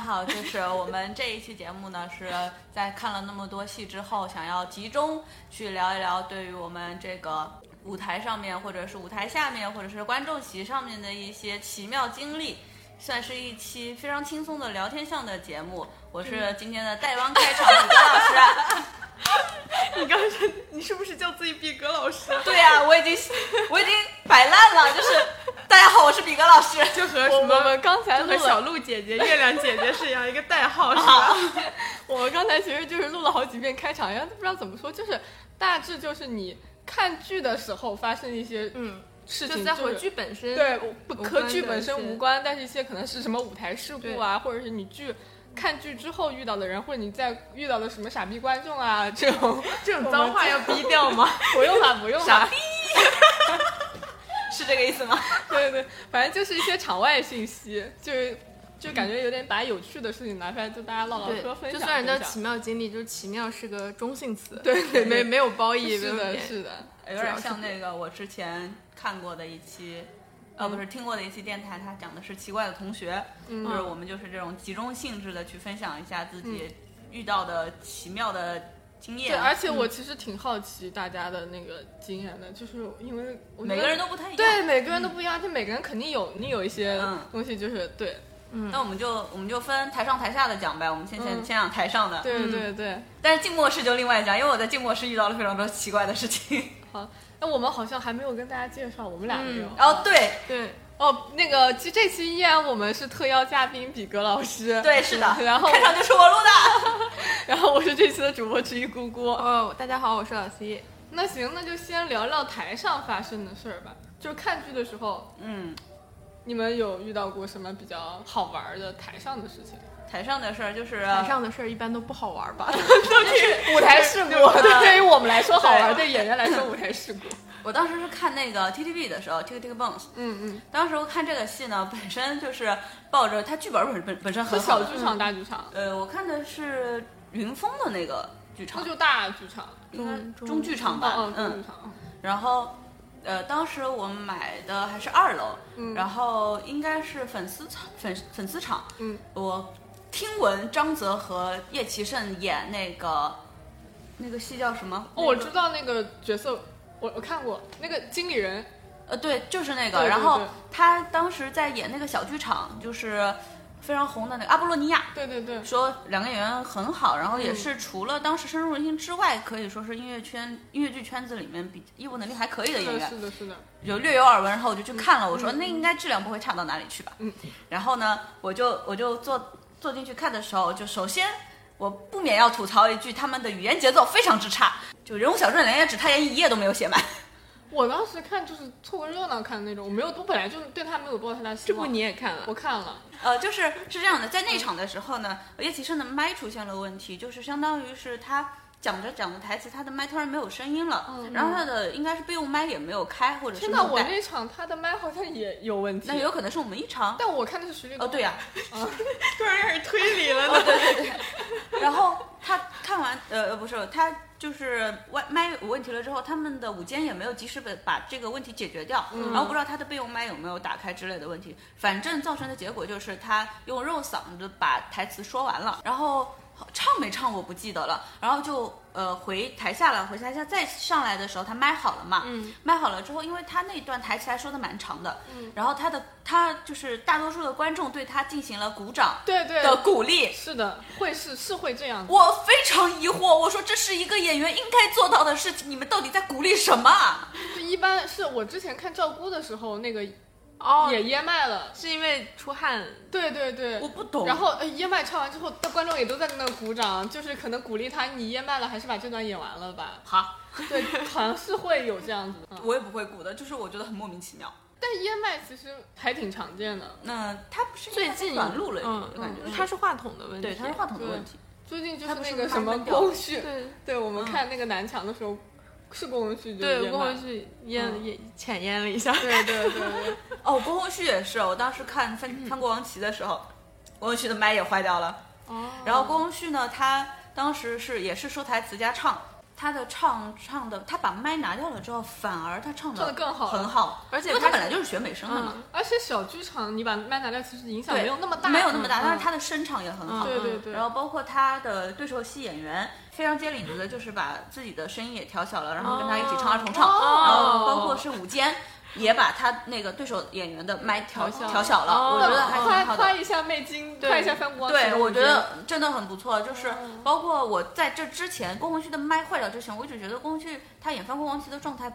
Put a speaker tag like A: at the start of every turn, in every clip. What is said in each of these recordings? A: 好就是我们这一期节目呢，是在看了那么多戏之后，想要集中去聊一聊对于我们这个舞台上面，或者是舞台下面，或者是观众席上面的一些奇妙经历。算是一期非常轻松的聊天向的节目，我是
B: 嗯
A: 今天的带湾开场的葛老师、啊
B: 你刚才你是不是叫自己比格老师？
A: 对呀、我已经我已经摆烂了，就是大家好，我是比格老师。
B: 就和什么
C: 我们刚才
B: 就
C: 录
B: 和
C: 了
B: 小鹿姐姐、月亮姐姐是一样一个代号是吧？
C: 我们刚才其实就是录了好几遍开场，然后不知道怎么说，就是大致就是你看剧的时候发生一些
B: 嗯，
C: 事情，
B: 就在
C: 就
B: 和
C: 是
B: 剧本身
C: 对不
B: 无
C: 和
B: 关
C: 剧
B: 的
C: 本
B: 一
C: 身
B: 些
C: 无关，但是一些可能是什么舞台事故啊，或者是你剧。看剧之后遇到的人，或者你在遇到的什么傻逼观众啊，这种
B: 这种脏话要逼掉吗？
C: 不用了，不用
A: 傻
C: 了。
A: 是这个意思吗？
C: 对对，反正就是一些场外信息，就是就感觉有点把有趣的事情拿出来，就大家唠唠嗑，分享。
B: 就虽然叫
C: 分享
B: 奇妙经历，就是奇妙是个中性词，
C: 对对对
B: 没没有褒义，没
C: 是
B: 有
C: 的，
B: 贬义
C: 是的，
A: 有点像那个我之前看过的一期，呃，
C: 嗯
A: 不是听过的一期电台，它讲的是奇怪的同学，就是我们就是这种集中性质的去分享一下自己遇到的奇妙的经
C: 嗯对，
A: 验，
C: 而且我其实挺好奇大家的那个经验的，就是因为我
A: 每
C: 觉得
A: 个人都不太一样。
C: 对每个人都不一样，而且每个人肯定有你有一些
A: 嗯
C: 东西，就是对
A: 那我们就我们就分台上台下的讲呗，我们先先
C: 嗯
A: 先讲台上的，
C: 对
B: 嗯
C: 对对。
A: 但是静默室就另外讲，因为我在静默室遇到了非常多奇怪的事情。
C: 好，那我们好像还没有跟大家介绍我们俩没有
B: 嗯
A: 哦，对
B: 对，
C: 哦，那个其实这期依然我们是特邀嘉宾比格老师，
A: 对是的，
C: 然后
A: 开场就是我录 的，
C: 然后我是这期的主播之一姑姑。
B: 哦，大家好，我是老 C，
C: 那行，那就先聊聊台上发生的事儿吧，就是看剧的时候。
A: 嗯。
C: 你们有遇到过什么比较好玩儿的台上的事情？
A: 台上的事儿就是
B: 台上的事儿一般都不好玩吧？
C: 舞台事故，
A: 对
C: 对于我们来说好玩，对演员来说舞台事故。
A: 我当时是看那个 TTB 的时候，Tik Tik Boom，
C: 嗯嗯，
A: 当时我看这个戏呢， 本身就是抱着它剧本本本本身
C: 是
A: 很好
C: 小
A: 的，
C: 剧场、大剧场，
A: 呃，我看的是云峰的那个剧
C: 那
A: 场，
C: 就大剧场。
A: 应该
B: 中
A: 中剧场
C: 哦
A: 吧，
C: 哦，
A: 嗯
C: 中，剧场。
A: 然后，呃，当时我们买的还是二楼，
C: 嗯
A: 然后应该是粉丝场粉粉丝场。
C: 嗯，
A: 我听闻张泽和叶奇胜演那个那个戏叫什么？
C: 哦，我
A: 那个
C: 知道那个角色，我我看过那个经理人，
A: 呃，对，就是那个。
C: 对对
A: 然后
C: 对
A: 他当时在演那个小剧场，就是非常红的那个《阿波罗尼亚》。
C: 对对对，
A: 说两个演员很好，然后也
C: 嗯
A: 是除了当时深入人心之外，可以说是音乐圈、音乐剧圈子里面比业务能力还可以的
C: 是
A: 演员
C: 的，。是的，是的，
A: 有略有耳闻，然后我就去看了，我说那应该质量不会差到哪里去吧。
C: 嗯，
A: 然后呢，我就我就坐坐进去看的时候，就首先我不免要吐槽一句，他们的语言节奏非常之差，就人物小传两页纸，他连一页都没有写满。
C: 我当时看就是凑个热闹看的那种，我没有，我本来就对他没有抱太大希
B: 这部
C: 望。
B: 你也看了
C: 我？看了，
A: 呃，就是是这样的，在内场的时候呢，叶启胜的麦出现了问题，就是相当于是他。讲着讲着台词，他的麦突然没有声音了，
C: 嗯
A: 然后他的应该是备用麦也没有开，或者是
C: 天
A: 没
C: 哪！
A: 有
C: 我
A: 带。
C: 那场他的麦好像也有问题，
A: 那有可能是我们一场。
C: 但我看的是实力
A: 哦，对呀、
B: 突然开始推理了呢。
A: 然后他看完，呃，呃不是他就是外麦有问题了之后，他们的午间也没有及时把把这个问题解决掉，然后不知道他的备用麦有没有打开之类的问题，反正造成的结果就是他用肉嗓子把台词说完了，然后唱没唱我不记得了，然后就呃回台下了，回台下再上来的时候他麦好了嘛，
B: 嗯，
A: 麦好了之后，因为他那段台词还说的蛮长的，然后他的他就是大多数的观众对他进行了鼓掌
C: 对对，
A: 的鼓励，
C: 是的，会是是会这样子。
A: 我非常疑惑，我说这是一个演员应该做到的事情，你们到底在鼓励什么啊？
C: 就一般是我之前看赵姑的时候，那个 也
B: 哦，
C: 噎麦了。
B: 是因为出汗，
C: 对对对，
A: 我不懂。
C: 然后呃噎麦唱完之后，的观众也都在那鼓掌，就是可能鼓励他，你噎麦了，还是把这段演完了吧？
A: 好，
C: 对，好像是会有这样子的。嗯
A: 我也不会鼓的，就是我觉得很莫名其妙。
C: 但噎麦其实还挺常见的，
A: 那他不是
B: 最近
A: 短路了，
B: 嗯，
A: 我感觉
B: 嗯它是话筒的问题，
A: 对，他是话筒的问题。
C: 最近就
A: 它
C: 是
A: 不是
C: 那个
A: 慢
C: 什么
A: 慢掉
C: 光绪，
B: 对
C: 对我们
A: 嗯
C: 看那个南墙的时候，是郭文旭就
B: 对，
C: 噎
B: 我
C: 麦
B: 过去淹淹浅淹了一下，
C: 对对对 对，
A: 哦，郭宏旭也是，我当时看翻翻国王旗的时候，郭宏旭的麦也坏掉了。
C: 哦，
A: 然后郭宏旭呢，他当时是也是说台词加唱，他的唱唱的，他把麦拿掉了之后，反而他唱
C: 唱得
A: 的
C: 更好
A: 很好，
B: 而且
A: 因为
B: 他
A: 他本来就是学美声的嘛，
C: 嗯，而且小剧场你把麦拿掉，其实影响
A: 对
C: 没有那么大，
A: 没有那么大，
C: 嗯
A: 但是他的声场也
B: 嗯
A: 很好。
C: 对对对，
A: 然后包括他的对手戏演员非常接领子的，就是把自己的声音也调小了，然后跟他一起唱二重唱，
C: 哦
A: 然后包括是舞间也把他那个对手演员的麦调
C: 调小
A: 调小了，
B: 哦
A: 我
C: 那
A: 觉得还
C: 嗯夸
A: 挺好的
C: 夸。一下魅晶，
B: 对
C: 夸一下翻光，
A: 对，我觉得真的很不错。就是
C: 哦
A: 包括我在这之前，宫文旭的麦坏掉之前，我一直觉得宫文旭他演翻过王琦的状态，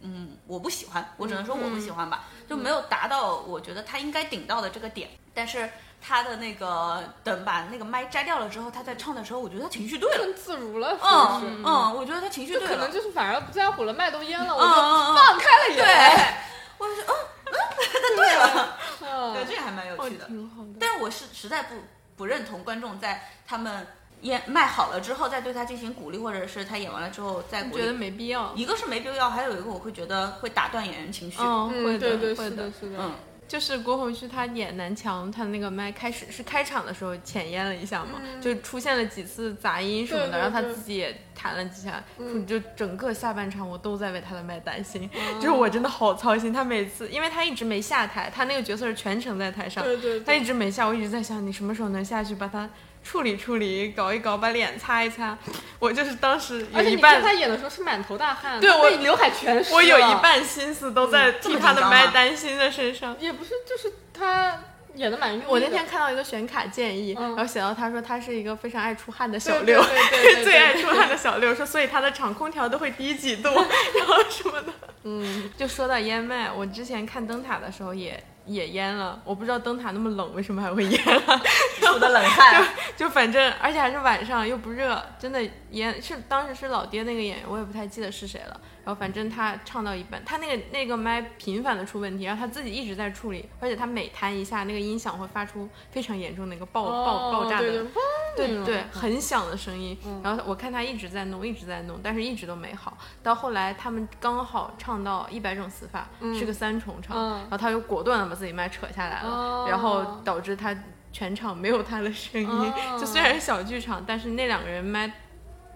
A: 嗯，我不喜欢，我只能说我不喜欢吧，
C: 嗯
A: 就没有达到我觉得他应该顶到的这个点。但是他的那个等把那个麦摘掉了之后，他在唱的时候，我觉得他情绪对了。
C: 更自如了，是不
A: 嗯
C: 是？
A: 嗯，我觉得他情绪
C: 就
A: 对
C: 可
A: 了
C: 能。就是反而不在乎了，麦都淹了，我
A: 嗯
C: 就
A: 嗯嗯
C: 放开了
A: 对
C: 也，，
A: 我就说嗯嗯，对了，对，
C: 嗯，
A: 这个还蛮有
C: 哦
A: 趣的。
C: 挺好的，
A: 但是我是实在不不认同观众在他们演卖好了之后再对他进行鼓励，或者是他演完了之后再鼓
B: 觉得
A: 励。
B: 没必要。
A: 一个是没必要，还有一个我会觉得会打断演员情绪。
B: 嗯，会
C: 嗯，
B: 的，
C: 对对，
B: 会
C: 是
B: 的
C: 的，。是的，
A: 嗯，
B: 就是郭宏旭他演南强，他那个麦开始是开场的时候浅咽了一下嘛，
C: 嗯
B: 就出现了几次杂音什么的，
C: 对对
B: 然后他
C: 对
B: 自己也弹了几下，
C: 嗯
B: 就整个下半场我都在为他的麦担心，就是我真的好操心。他每次因为他一直没下台，他那个角色是全程在台上，
C: 对对
B: 他
C: 对，
B: 一直没下，我一直在想你什么时候能下去把他处理处理，搞一搞，把脸擦一擦。我就是当时有
C: 而且
B: 一
C: 你看
B: 半
C: 他演的时候是满头大汗，
B: 对
C: 他
B: 我
C: 那刘海全湿
B: 我有一
C: 了嗯
B: 半心思都在
A: 这
B: 替
A: 么
B: 他的
A: 紧张
B: 麦
C: 啊
A: 吗
B: 担心的身上。
C: 也不是，就是他演的蛮用力的。
B: 我那天看到一个选卡建议，
C: 嗯
B: 然后写到他说他是一个非常爱出汗的
C: 对
B: 小六，
C: 对对对对
B: 最爱
C: 对
B: 出汗的小六说，所以他的场空调都会低几 度，然后什么的。
C: 嗯，
B: 就说到烟麦，我之前看灯塔的时候也也淹了，我不知道灯塔那么冷为什么还会啊淹了，
A: 出的冷汗。
B: 就反正而且还是晚上又不热，真的淹是当时是老爹那个演员，我也不太记得是谁了。然后反正他唱到一半，他那个那个麦频繁的出问题，然后他自己一直在处理，而且他每弹一下那个音响会发出非常严重的一个爆、爆爆炸的
C: 哦对对哇那
B: 对
C: 种
B: 对，很响的声音。
C: 嗯
B: 然后我看他一直在弄，一直在弄，但是一直都没好。到后来他们刚好唱到一百种死法，
C: 嗯
B: 是个三重唱，
C: 嗯
B: 然后他又果断的把自己麦扯下来了，
C: 哦
B: 然后导致他全场没有他的声音。
C: 哦
B: 就虽然是小剧场，但是那两个人麦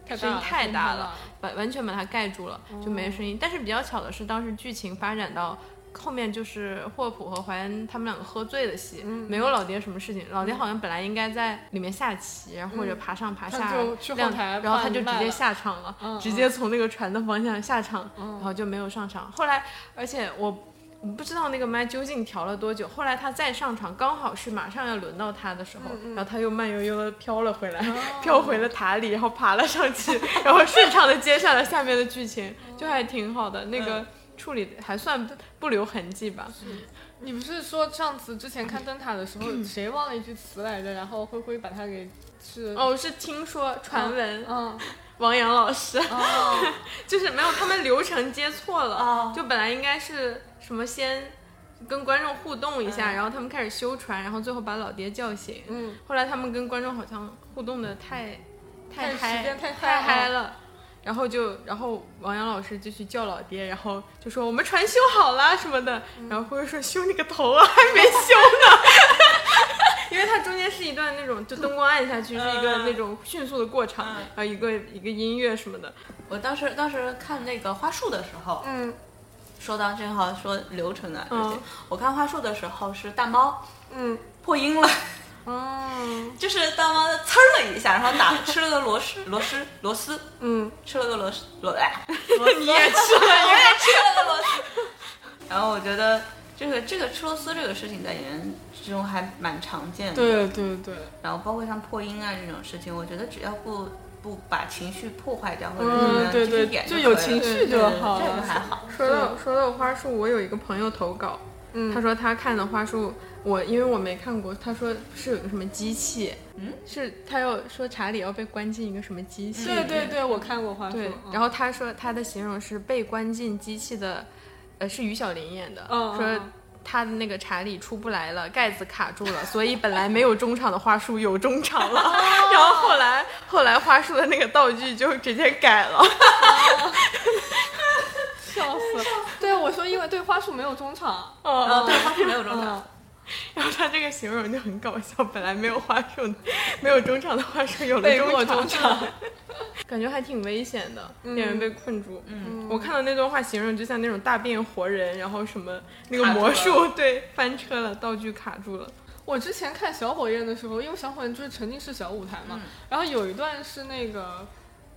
C: 太
B: 声音
C: 大
B: 太大
C: 了
B: 了，完完全把它盖住了，就
C: 嗯
B: 没声音。但是比较巧的是，当时剧情发展到。后面就是霍普和怀恩他们两个喝醉的戏，
C: 嗯
B: 没有老爹什么事情。老爹好像本来应该在里面下棋，然后或者爬上爬下
C: 嗯他就去后
B: 亮
C: 台
B: 然后他
C: 换
B: 就直
C: 麦
B: 接
C: 了
B: 下场了，
C: 嗯
B: 直接从那个船的方向下场，
C: 嗯
B: 然后就没有上场。后来，而且我我不知道那个麦究竟调了多久。后来他再上场，刚好是马上要轮到他的时候，
C: 嗯嗯
B: 然后他又慢悠悠的飘了回来，飘回了塔里，然后爬了上去， 然后顺畅的接下了下面的剧情，就还挺好的。那个处理得还算不不留痕迹吧。
C: 你不是说上次之前看灯塔的时 候，谁忘了一句词来着？然后灰灰把它给是
B: 哦，是听说传闻，
C: 嗯
B: 王阳老师。
A: 哦，
B: 就是没有，他们流程接错了，
A: 哦
B: 就本来应该是什么先跟观众互动一下，然后他们开始修船，然后最后把老爹叫醒。
C: 嗯，
B: 后来他们跟观众好像互动的太太
C: 太时
B: 嗨
C: 间太
B: 太
C: 嗨
B: 嗨了。然后就，然后王阳老师就去叫老爹，然后就说我们船修好了什么的，
C: 嗯
B: 然后辉辉说修你个头啊， 还没修呢， 因为它中间是一段那种就灯光暗下去是一个
C: 嗯
B: 那种迅速的过场，
A: 嗯
B: 然后一个一个音乐什么的，
A: 我当时当时看那个花束的时候，
C: 嗯
A: 说到正好说流程啊这些
B: 嗯，
A: 我看花束的时候是大猫
C: 嗯
A: 破音了。
C: 嗯
A: 就是大猫呲儿了一下，然后打吃了个螺 丝螺丝螺丝，
C: 嗯，
A: 吃了个螺丝螺， 哎，
B: 你也吃了
A: 我也吃了个螺丝。然后我觉得这个这个吃螺丝这个事情在演员之中还蛮常见的，
C: 对对对，
A: 然后包括像破音啊这种事情，我觉得只要不不把情绪破坏掉或
B: 嗯
A: 者怎么样，
C: 对
A: 继续
C: 对，
A: 演
C: 就
A: 可
C: 有
A: 以
C: 情
A: 了
C: 绪
B: 对
C: 就
B: 对
C: 好
A: 这个还
C: 了。
A: 好。
B: 说到说到花束，我有一个朋友投稿，
C: 嗯
B: 他说他看的花束，我因为我没看过，他说是有个什么机器，
A: 嗯，
B: 是他要说查理要被关进一个什么机器，
C: 对对嗯对，我看过花束
B: 对，，
C: 嗯
B: 然后他说他的形容是被关进机器的，呃，是于小林演的，
C: 嗯嗯
B: 说
C: 嗯。
B: 他的那个查理出不来了，盖子卡住了，所以本来没有中场的花束有中场了，
C: 哦
B: 然后后来后来花束的那个道具就直接改了，
C: 笑死了。对，我说因为对花束没有中场，
A: 呃，
B: 哦
A: 对，花束没有中场，
C: 嗯，
B: 然后他这个形容就很搞笑，本来没有花束的，没有中场的花束有了
C: 被迫
B: 中场，
C: 中场。
B: 感觉还挺危险的，
C: 嗯
B: 演员被困住。
A: 嗯，
B: 我看到那段话形容就像那种大变活人，然后什么那个
A: 卡住
B: 魔
A: 了
B: 术对翻车了，道具卡住了。
C: 我之前看小火焰的时候，因为小火焰就是沉浸式小舞台嘛，
A: 嗯
C: 然后有一段是那个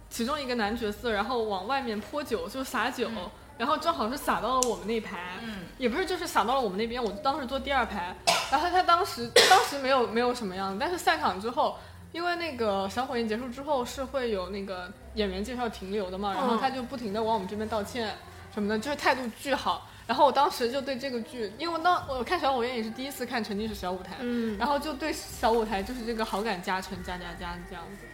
C: 其中一个男角色，然后往外面泼酒，就是洒酒，然后正好是洒到了我们那排，
A: 嗯
C: 也不是就是洒到了我们那边，我当时坐第二排，然后他当时当时没有没有什么样子，但是散场之后。因为那个小火焰结束之后是会有那个演员介绍停留的嘛，然后
B: 嗯
C: 他就不停的往我们这边道歉什么的，就是态度巨好。然后我当时就对这个剧，因为我当我看小火焰也是第一次看沉浸式小舞台，
B: 嗯，
C: 然后就对小舞台就是这个好感加成加加加这样子，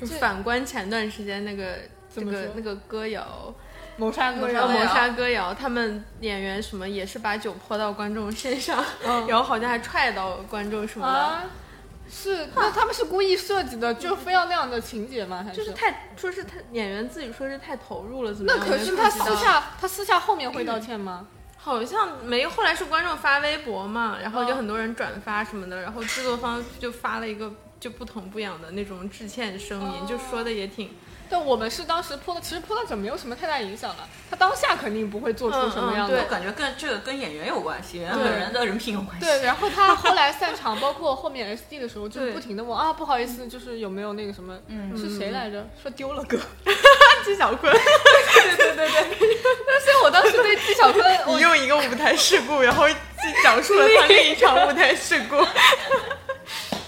B: 就
C: 这
B: 反观前段时间那个这
C: 怎么
B: 个
C: 说
B: 那个歌谣，
C: 谋杀哥
B: 然后谋
A: 谣
B: 杀歌谣，他们演员什么也是把酒泼到观众身上，
C: 嗯
B: 然后好像还踹到观众什么的。
C: 啊，是那他们是故意设计的，就非要那样的情节吗？还
B: 就是太说是太演员自己说是太投入了，怎么
C: 那
B: 样
C: 可
B: 我也
C: 是
B: 不
C: 他
B: 知道
C: 私下他私下后面会道歉吗？
B: 好像没有，后来是观众发微博嘛，然后就
C: 哦
B: 很多人转发什么的，然后制作方就发了一个就不疼不痒的那种致歉声明，
C: 哦
B: 就说的也挺
C: 但我们是当时泼的，其实泼到者没有什么太大影响了，他当下肯定不会做出什么样
B: 对
C: 的。
A: 我感觉跟这个跟演员有关系，演员本人的人品有关系。
C: 对，然后他后来散场，包括后面 SD 的时候，就是
B: 对
C: 不停的问啊，不好意思，就是有没有那个什么，
A: 嗯
C: 是谁来着？说丢了 歌，
B: 纪晓坤，
C: 所以我当时对纪晓坤，我
B: 你用一个舞台事故，然后讲述了他另一场舞台事故。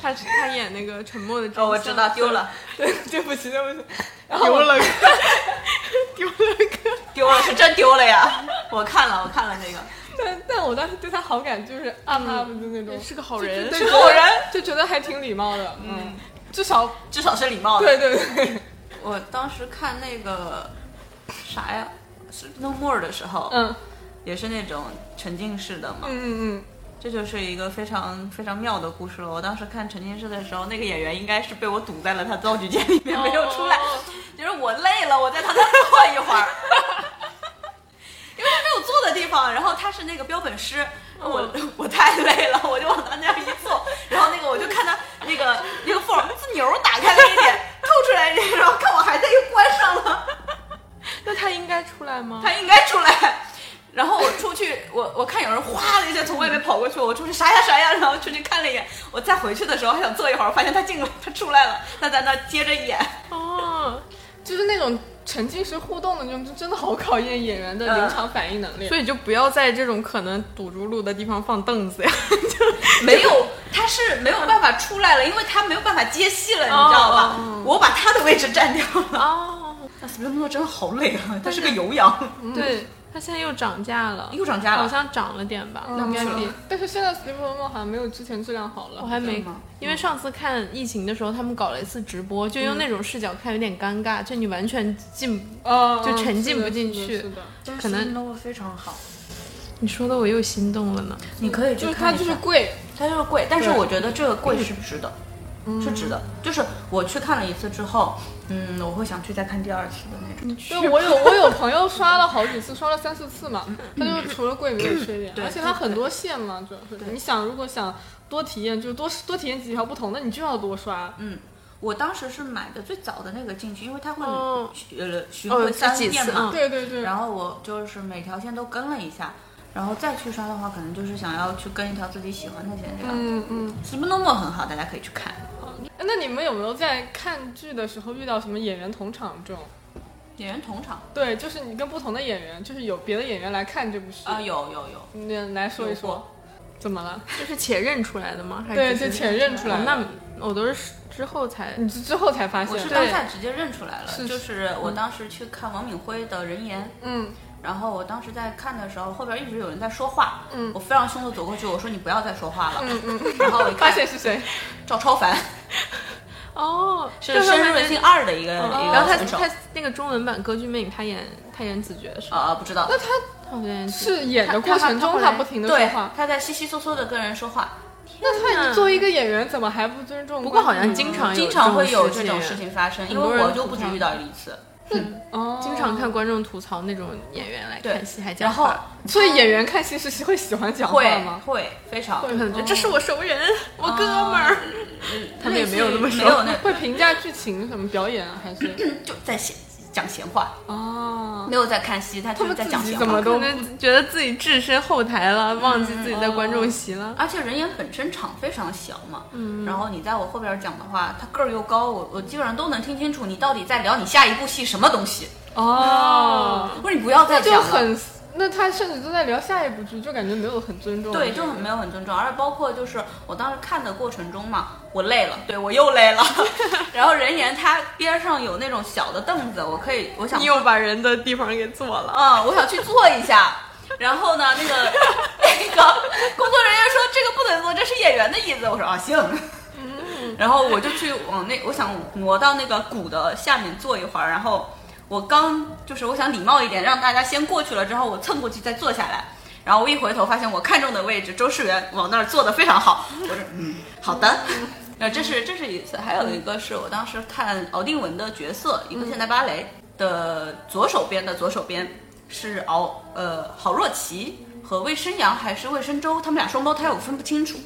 B: 他他演那个沉默的真 相，
A: 哦，我知道丢了，
B: 对不起，对不起，丢 了，丢了个。
A: 丢了是真丢了呀！我看了，我看了那个，
C: 但但我当时对他好感就是 up up 的那种，
B: 是个好
C: 嗯就
B: 人，
C: 对觉
B: 是 个
C: 得
B: 好人。
C: 就觉得还挺礼貌的，嗯，至少
A: 至少是礼貌的。
C: 对对对，
A: 我当时看那个啥呀，是 No More 的时候，
C: 嗯
A: 也是那种沉浸式的嘛。
C: 嗯嗯
A: 这就是一个非常非常妙的故事了。我当时看沉浸式的时候，那个演员应该是被我堵在了他道具间里面
C: 嗯，
A: 没有出来，
C: 哦
A: 就是我累了，我在他那儿坐一会儿，因为他没有坐的地方。然后他是那个标本师，我我太累了，我就往他那儿一坐，然后那个我就看他那个那个缝儿自钮儿打开了一点，透出来一点，然后看我还在又关上了。
B: 那他应该出来吗？
A: 他应该出来。然后我出去，我我看有人哗的一下从外面跑过去，我出去啥呀啥呀，然后出去看了一眼。我再回去的时候还想坐一会儿，发现他进了，他出来了，他在那接着演。
B: 哦，
C: 就是那种沉浸式互动的那种，就真的好考验演员的临场反应能力。
B: 嗯所以就不要在这种可能堵住路的地方放凳子呀。
A: 没有，他是没有办法出来了，因为他没有办法接戏了，你知道吧？我把他的位置占掉了。
B: 哦，
A: 那斯皮诺真的好累啊，他是个有氧，
B: 对，他现在又涨价了，
A: 又涨价
B: 好
A: 了。
B: 像涨了点吧，
C: 嗯
B: 应该
A: 是
B: 比
A: 吗
C: 但是现在 Sleep No More 好像没有之前质量好了。
B: 我哦还没
A: 真的吗，
B: 因为上次看疫情的时候，他们搞了一次直播，就用那种视角看，有点尴尬，就你完全进。
C: 呃，
B: 就沉浸不进
C: 是的
B: 去
C: 是的，
B: 可能
A: 那非常好，
B: 你说的我又心动了呢。
A: 你可以
C: 就是它就是贵，
A: 它就是贵，但是我觉得这个
B: 嗯
A: 贵是值的，是值的。就是我去看了一次之后，嗯，我会想去再看第二次的那
B: 嗯
A: 种。
C: 对我有我有朋友刷了好几次，刷了三四次嘛，
B: 嗯
C: 他就除了贵没有缺点，
A: 对
C: 而且它很多线嘛，主要是你想如果想多体验，就是多多体验几条不同的，你就要多刷。
A: 嗯，我当时是买的最早的那个进去，因为它会
B: 哦
A: 呃巡
B: 哦
A: 回
B: 有
A: 三
B: 几
A: 遍
B: 次
A: 嘛
B: 嗯，
C: 对对对，
A: 然后我就是每条线都跟了一下。然后再去刷的话，可能就是想要去跟一条自己喜欢的线这样。
C: 嗯嗯。
A: 什么 no more 很好，大家可以去看。
C: 那你们有没有在看剧的时候遇到什么演员同场这种？
A: 演员同场
C: 对，就是你跟不同的演员，就是有别的演员来看这部戏，
A: 啊，有有有，
C: 你来说一
A: 有过
C: 说，怎么了？
B: 就是且认出来的吗？还
C: 对，
B: 是
C: 就前认出来
B: 哦
C: 了，
B: 那我都是之后才
C: 你之之后才发
A: 我
C: 现
A: 是，
B: 对嗯
A: 当下直接认出来了，
C: 是
A: 就是我当时去看王敏辉的《人言》，
C: 嗯
A: 然后我当时在看的时候，后边一直有人在说话，
C: 嗯
A: 我非常凶的走过去，我说你不要再说话了。
C: 嗯嗯，
A: 然后我一
C: 发
A: 看
C: 现是谁？
A: 赵超凡
B: 哦，
A: 是
B: 就
A: 《
B: 慢
A: 深
B: 慢
A: 入人心二》的一个一
B: 哦
A: 个
B: 然后他
A: 选手
B: 他那个中文版《歌剧魅影》，他演他演子爵是吧？
A: 呃不知道，
C: 那他
B: 他好像演子爵
C: 是演的
B: 他
C: 过程
B: 他
C: 中
B: 后来
C: 他不停的说
A: 对
C: 话，，
A: 他在稀稀嗦嗦的跟人说话，
C: 那他
B: 天哪
C: 你作为一个演员怎么还不尊重观众呢？
B: 嗯不过好像经常有
A: 经常会有
B: 这
A: 这
B: 种
A: 种
B: 事
A: 事
B: 情
A: 情发生，因
B: 很多
A: 为
B: 人
A: 我就不
B: 吐
A: 止
B: 槽
A: 遇到一次。
C: 哦，
B: 经常看观众吐槽那种演员来看戏还讲
A: 然后
B: 话，
C: 所以演员看戏是会喜欢讲话
A: 会
C: 吗？
A: 会非常
C: 会
B: 可能就
C: 哦
B: 这是我熟人，我哥们儿，他们也没有那么
A: 没
B: 说
A: 有那
C: 会评价剧情什么表演啊还 是
A: 就在闲讲闲话，
C: 哦，
A: 没有在看戏，他就
C: 他
A: 是
C: 们
A: 在
C: 自
A: 讲
C: 己
A: 闲
C: 怎么
A: 话。
B: 可
C: 都
B: 能觉得自己置身后台了，忘记自己在观众席了。
A: 而且人演本身场非常小嘛，
C: 嗯
A: 然后你在我后边讲的话，他个儿又高，我我基本上都能听清楚你到底在聊你下一部戏什么东西。
C: 哦，
A: 不是你不要再
C: 那
A: 讲
C: 嗯就
A: 了，
C: 很，那他甚至都在聊下一部剧，就感觉没有很尊重。
A: 对，就很没有很尊重，而且包括就是我当时看的过程中嘛，我累了，对我又 累了。然后人言他边上有那种小的凳子，我可以，我想
B: 你又把人的地方给坐 了，
A: 嗯，我想去坐一下。 然后呢，那个那个工作人员说这个不能坐，这是演员的椅子。我说啊，行。 然后我就去往那，我想挪到那个鼓的下面坐一会儿。然后我刚就是我想礼貌一点，让大家先过去了，之后我蹭过去再坐下来。然后我一回头发现我看中的位置，周世元往那儿坐的非常好。我说嗯，好的。 呃，这是这是一次，还有一个是我当时看敖定文的角色，一个现代芭蕾的左手边的左手边是敖呃郝若琪和魏申阳还是魏申周，他们俩双胞胎，我分不清楚，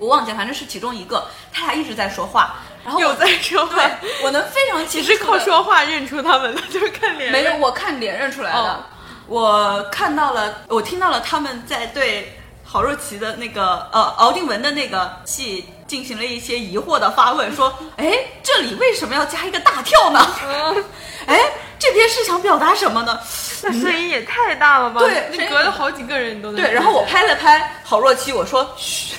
A: 我忘记，反正是其中一个，他俩一直在说话，然后我
B: 又在说话。
A: 对， 我能非常
B: 你
A: 清楚
B: 是
A: 地
B: 靠说话认出他们的， 就是看脸。
A: 没有，我看脸认出来的。
B: 哦
A: 我看到了，我听到了他们在对郝若琪的那个呃敖定文的那个戏进行了一些疑惑的发问，说：“哎，这里为什么要加一个大跳呢？ 哎，这边是想表达什么呢
B: 那声音也太大了吧？
A: 对声
B: 嗯那
A: 音
B: 隔了好几个人你都？”能。
A: 对，然后我拍了拍郝若琪，我说：“嘘。”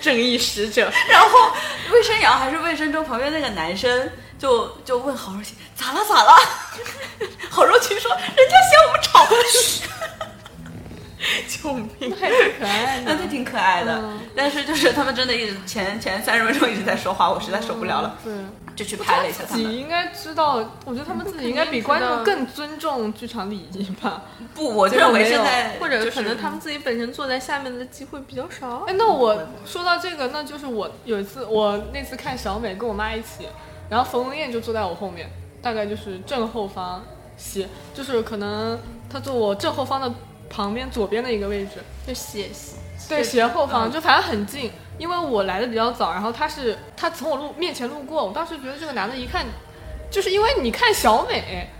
B: 正义使者，
A: 然后魏申阳还是魏申洲旁边那个男生就就问郝若琪咋了咋了， 郝若琪说人家嫌我们吵，
B: 救命！
C: 还挺可 爱
A: 那
C: 的。
A: 就挺可爱的。
C: 嗯
A: 但是就是他们真的一直前前三十分钟一直在说话，我实在受不了了，
C: 对，
A: 就去拍了一下他
C: 自己
A: 们。
C: 应该知道，我觉得他们自己应该比观众更尊重剧场礼仪吧。
A: 不，我
C: 这个
A: 认为
C: 没有
A: 现在
B: 或者
A: 就是
B: 可能他们自己本身坐在下面的机会比较少
C: 哎，。那我说到这个，那就是我有一次，我那次看小美跟我妈一起，然后冯文艳就坐在我后面，大概就是正后方席，就是可能她坐我正后方的旁边左边的一个位置，
B: 就写写
C: 对斜后
A: 嗯
C: 方，就反正很近。因为我来的比较早，然后他是他从我路面前路过，我当时觉得这个男的一看，就是因为你看小美，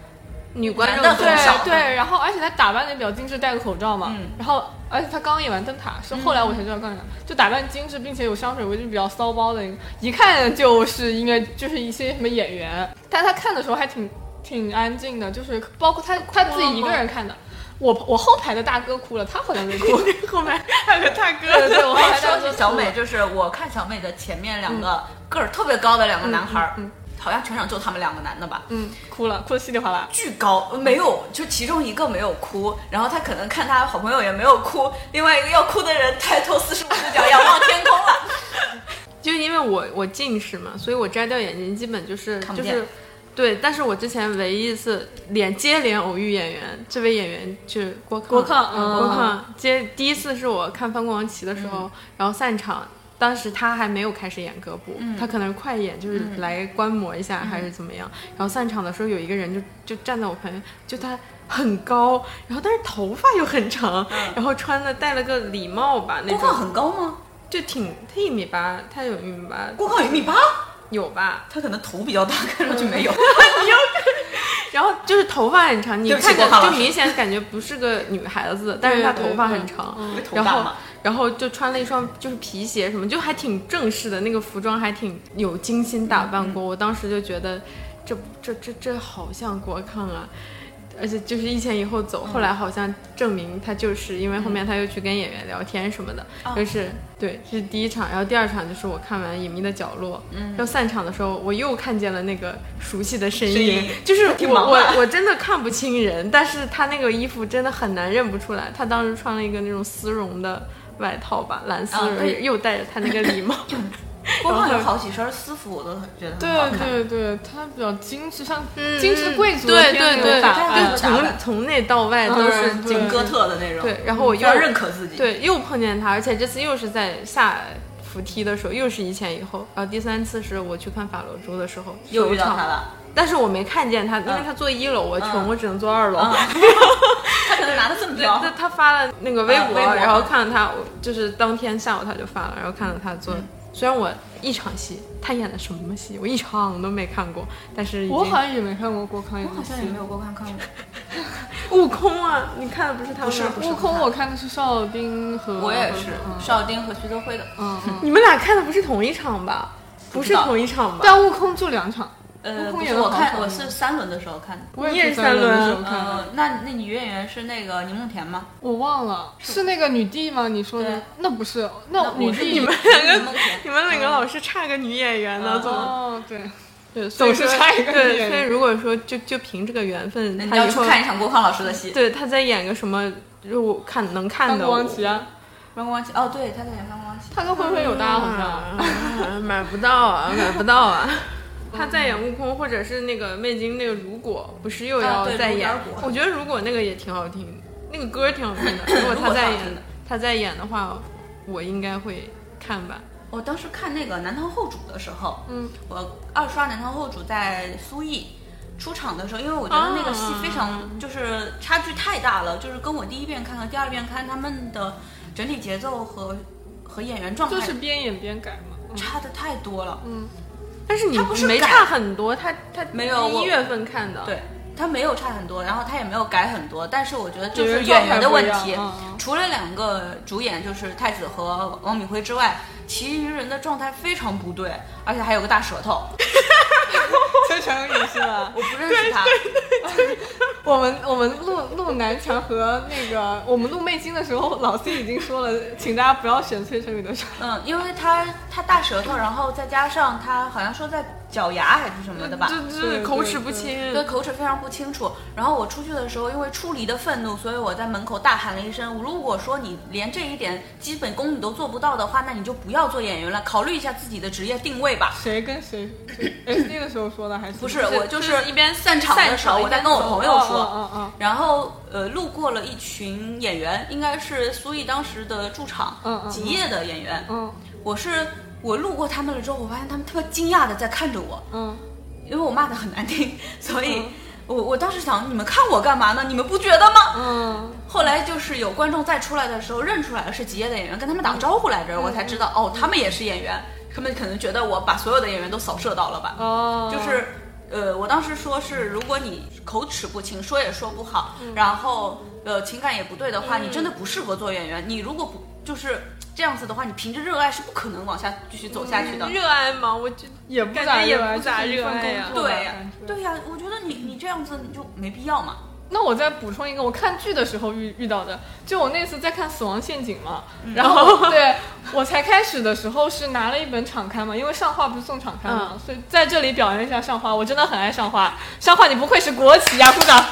B: 女观众
A: 男的
B: 很
A: 很
B: 少
A: 少。
C: 对对，然后而且他打扮的比较精致，戴个口罩嘛，
A: 嗯
C: 然后而且他刚演完灯塔，是后来我才知道刚演，就打扮精致，并且有香水味，就是比较骚包的，一看就是应该就是一些什么演员，但他看的时候还挺挺安静的，就是包括他他自己一个人看的。我我后排的大哥哭了，他好像没哭。
B: 后面还有个大哥，
C: 对对，我后排大
A: 说
C: 哥
A: 起小
C: 哭了嗯
A: 美，就是我看小美的前面两个个儿特别高的两个男孩儿
C: 嗯嗯，
A: 好像全场就他们两个男的吧。
C: 嗯，哭了，哭的稀里哗啦。
A: 巨高，没有，就其中一个没有哭，然后他可能看他好朋友也没有哭，另外一个要哭的人抬头四十五度角仰望天空了。
B: 就因为我我近视嘛，所以我摘掉眼镜基本就是
A: 看不
B: 就
A: 见
B: 是，对。但是我之前唯一一次连接连偶遇演员，这位演员就是郭
C: 郭
B: 抗
C: 抗，
B: 嗯
C: 嗯
B: 郭抗。接第一次是我看《翻滚王旗》的时候，
A: 嗯
B: 然后散场。当时他还没有开始演歌舞，
A: 嗯
B: 他可能是快演，就是来观摩一下、还是怎么样。然后散场的时候，有一个人就就站在我旁边，就他很高，然后但是头发又很长，然后穿的戴了个礼帽吧，那
A: 郭
B: 种
A: 胖嗯很高吗？
B: 就挺他一米八，他有一米八
A: 郭胖有一米八，
B: 有吧？
A: 他可能头比较大，看上去没有。
B: 然后就是头发很长，你
A: 对不起
B: 看着
A: 郭胖老
B: 就
A: 师
B: 明显感觉不是个女孩子，但是她头发很长，
C: 嗯
A: 头
B: 然
A: 大
B: 后
A: 嘛，
B: 然后就穿了一双就是皮鞋什么，就还挺正式的，那个服装还挺有精心打扮
A: 嗯
B: 过。我当时就觉得这这这这好像郭抗啊。而且就是一前一后走，
A: 嗯
B: 后来好像证明他就是因为后面他又去跟演员聊天什么的，
A: 哦
B: 就是对，这是第一场，然后第二场就是我看完《隐秘的角落》，嗯，然后散场的时候我又看见了那个熟悉的身
A: 身
B: 影
A: 影，
B: 就是我
A: 挺忙的
B: 我我真的看不清人，但是他那个衣服真的很难认不出来，他当时穿了一个那种丝绒的外套吧，蓝丝
A: 啊
B: 绒，
A: 对
B: 又戴着他那个礼帽，
A: 郭胖
B: 然
A: 有
B: 后
A: 好几身私服，我都很觉得很好
C: 对
A: 看。
C: 对对，他比较精致，像
B: 嗯
C: 精致贵族的
B: 对
C: 偏
B: 对
C: 那种
B: 对，
C: 打
A: 对
C: 扮
B: 就
A: 对。
B: 从从内到外都是
C: 嗯对
B: 精
A: 挺哥特的那种。
B: 对然后我
A: 就要
B: 又
A: 认可自己。，
B: 对，又碰见他，而且这次又是在下扶梯的时候，又是一前一后。然后第三次是我去看法罗珠的时候，
A: 又
B: 首
A: 遇到
B: 场
A: 他了。
B: 但是我没看见他，因为他坐一楼，我穷，
A: 嗯
B: 我只能坐二楼。
A: 他可能拿的这么
B: 对，
A: 标
B: 他，他发了那个微
A: 啊微博
B: 然后看了他，我就是当天下午他就发了，然后看了他做。虽然我一场戏，他演的什么戏，我一场都没看过，但是已经
C: 我好像也没看过郭康演
A: 我好
C: 的戏
A: 像也。没有过看看过。
B: 悟空啊，你看的不是他吗？
C: 悟空，我看的是邵兵和
A: 我也是，邵丁和徐德辉的。
C: 嗯，嗯
B: 你们俩看的不是同一场吧？不是
A: 不知道
B: 同一场吧？
C: 但悟空就两场，
A: 呃，
C: 悟
A: 不
C: 空
A: 是
C: 演的
A: 我看我是三轮的时候看的。
C: 我
B: 你
C: 也
B: 也
C: 在
B: 是
C: 那
B: 三
C: 个
B: 轮
C: 时候看的，
A: 呃，那那女演员是那个柠檬田吗？
C: 我忘了是那个女帝吗？你说的
A: 对
C: 那不是，
B: 哦
C: 那女
A: 我是
C: 帝
A: 柠檬田。
B: 你 们两个老是差个女演员 呢，
A: 嗯
B: 总
C: 哦，对，
B: 对，
C: 总是
B: 所以说
C: 差一个女
B: 对，
C: 演员
B: 所以如果说就就凭这个缘分，
A: 那你
B: 他
A: 要
B: 以
A: 去
B: 后
A: 看一场郭康老师的戏。
B: 对他再演个什么，就我看能看
C: 看
B: 的
C: 过王琦啊，
A: 关光琪，哦，对，他在演关光琪。
C: 他跟灰灰有搭好
B: 嗯
C: 像。
B: 像买不到啊，买不到啊。他再演悟空，或者是那个魅晶那个如果，不是又
A: 啊
B: 要
A: 对
B: 再
A: 如
B: 演？
A: 果如果
B: 我觉得如果那个也挺好听，那个歌挺好听的。如果他再演
A: 如果挺好听的，
B: 他再演的话，我应该会看吧。
A: 我当时看那个《南唐后主》的时候，
C: 嗯，
A: 我二刷《南唐后主》在苏艺出场的时候，因为我觉得那个戏非
C: 啊
A: 常就是差距太大了，就是跟我第一遍看和第二遍看他们的整体节奏和和演员状态
C: 就是边演边改嘛。嗯
A: 差的太多了。
C: 嗯，
B: 但是你
A: 他不是
B: 没
A: 改
B: 差很多，他他
A: 没有
B: 一
A: 我
B: 月份看的，
A: 对，他没有差很多，然后他也没有改很多，但是我觉得就
C: 就是是
A: 演员的问
C: 状态不一
A: 题
C: 样嗯嗯，
A: 除了两个主演就是太子和王敏辉之外，其余人的状态非常不对，而且还有个大舌头，
C: 崔成宇是吧？
A: 我不认识他。
C: 我们我们录录南墙和那个我们录魅晶的时候，老师已经说了，请大家不要选崔成宇的手。
A: 嗯，因为他他大舌头，然后再加上他好像说在绞牙还是什么的吧，
B: 就就是
C: 对
B: 口
C: 对
B: 齿不
C: 对
B: 清。
A: 对口齿非常不清楚。然后我出去的时候，因为出离的愤怒，所以我在门口大喊了一声：“如果说你连这一点基本功你都做不到的话，那你就不要做演员了，考虑一下自己的职业定位吧。”
C: 谁跟谁？S D 的时候说的还是
A: 不是，我就是
B: 一边
A: 散场的时候，
B: 散场
A: 我在跟我朋友
C: 哦哦
A: 说，
C: 哦哦
A: 然后呃，路过了一群演员，应该是苏艺当时的驻场
C: 嗯嗯嗯
A: 吉业的演员。
C: 嗯
A: 我是我路过他们了之后，我发现他们特别惊讶的在看着我，
C: 嗯，
A: 因为我骂的很难听， 所以
C: 嗯
A: 我我当时想，你们看我干嘛呢？你们不觉得吗？
C: 嗯，
A: 后来就是有观众再出来的时候认出来了是吉业的演员，跟他们打个招呼来着，我才知道哦，他们也是演员。他们可能觉得我把所有的演员都扫射到了吧？
C: 哦，
A: 就是呃，我当时说是，如果你口齿不清，说也说不好，然后呃情感也不对的话，你真的不适合做演员。你如果不就是这样子的话，你凭着热爱是不可能往下继续走下去的。
B: 热爱吗？我就
C: 也不
B: 感
C: 咋
B: 觉也
C: 热爱
B: 不咋
C: 就是一
B: 热
C: 份
B: 爱
C: 工
B: 呀
C: 作
A: 对呀、
C: 吧感觉
A: 对呀、我觉得你你这样子你就没必要嘛。
C: 那我再补充一个，我看剧的时候遇遇到的，就我那次在看《死亡陷阱》嘛，
B: 嗯
C: 然后 对我才开始的时候是拿了一本场刊嘛，因为上画不是送场刊嘛，
B: 嗯
C: 所以在这里表扬一下上画，我真的很爱上画，上画你不愧是国企呀、鼓掌！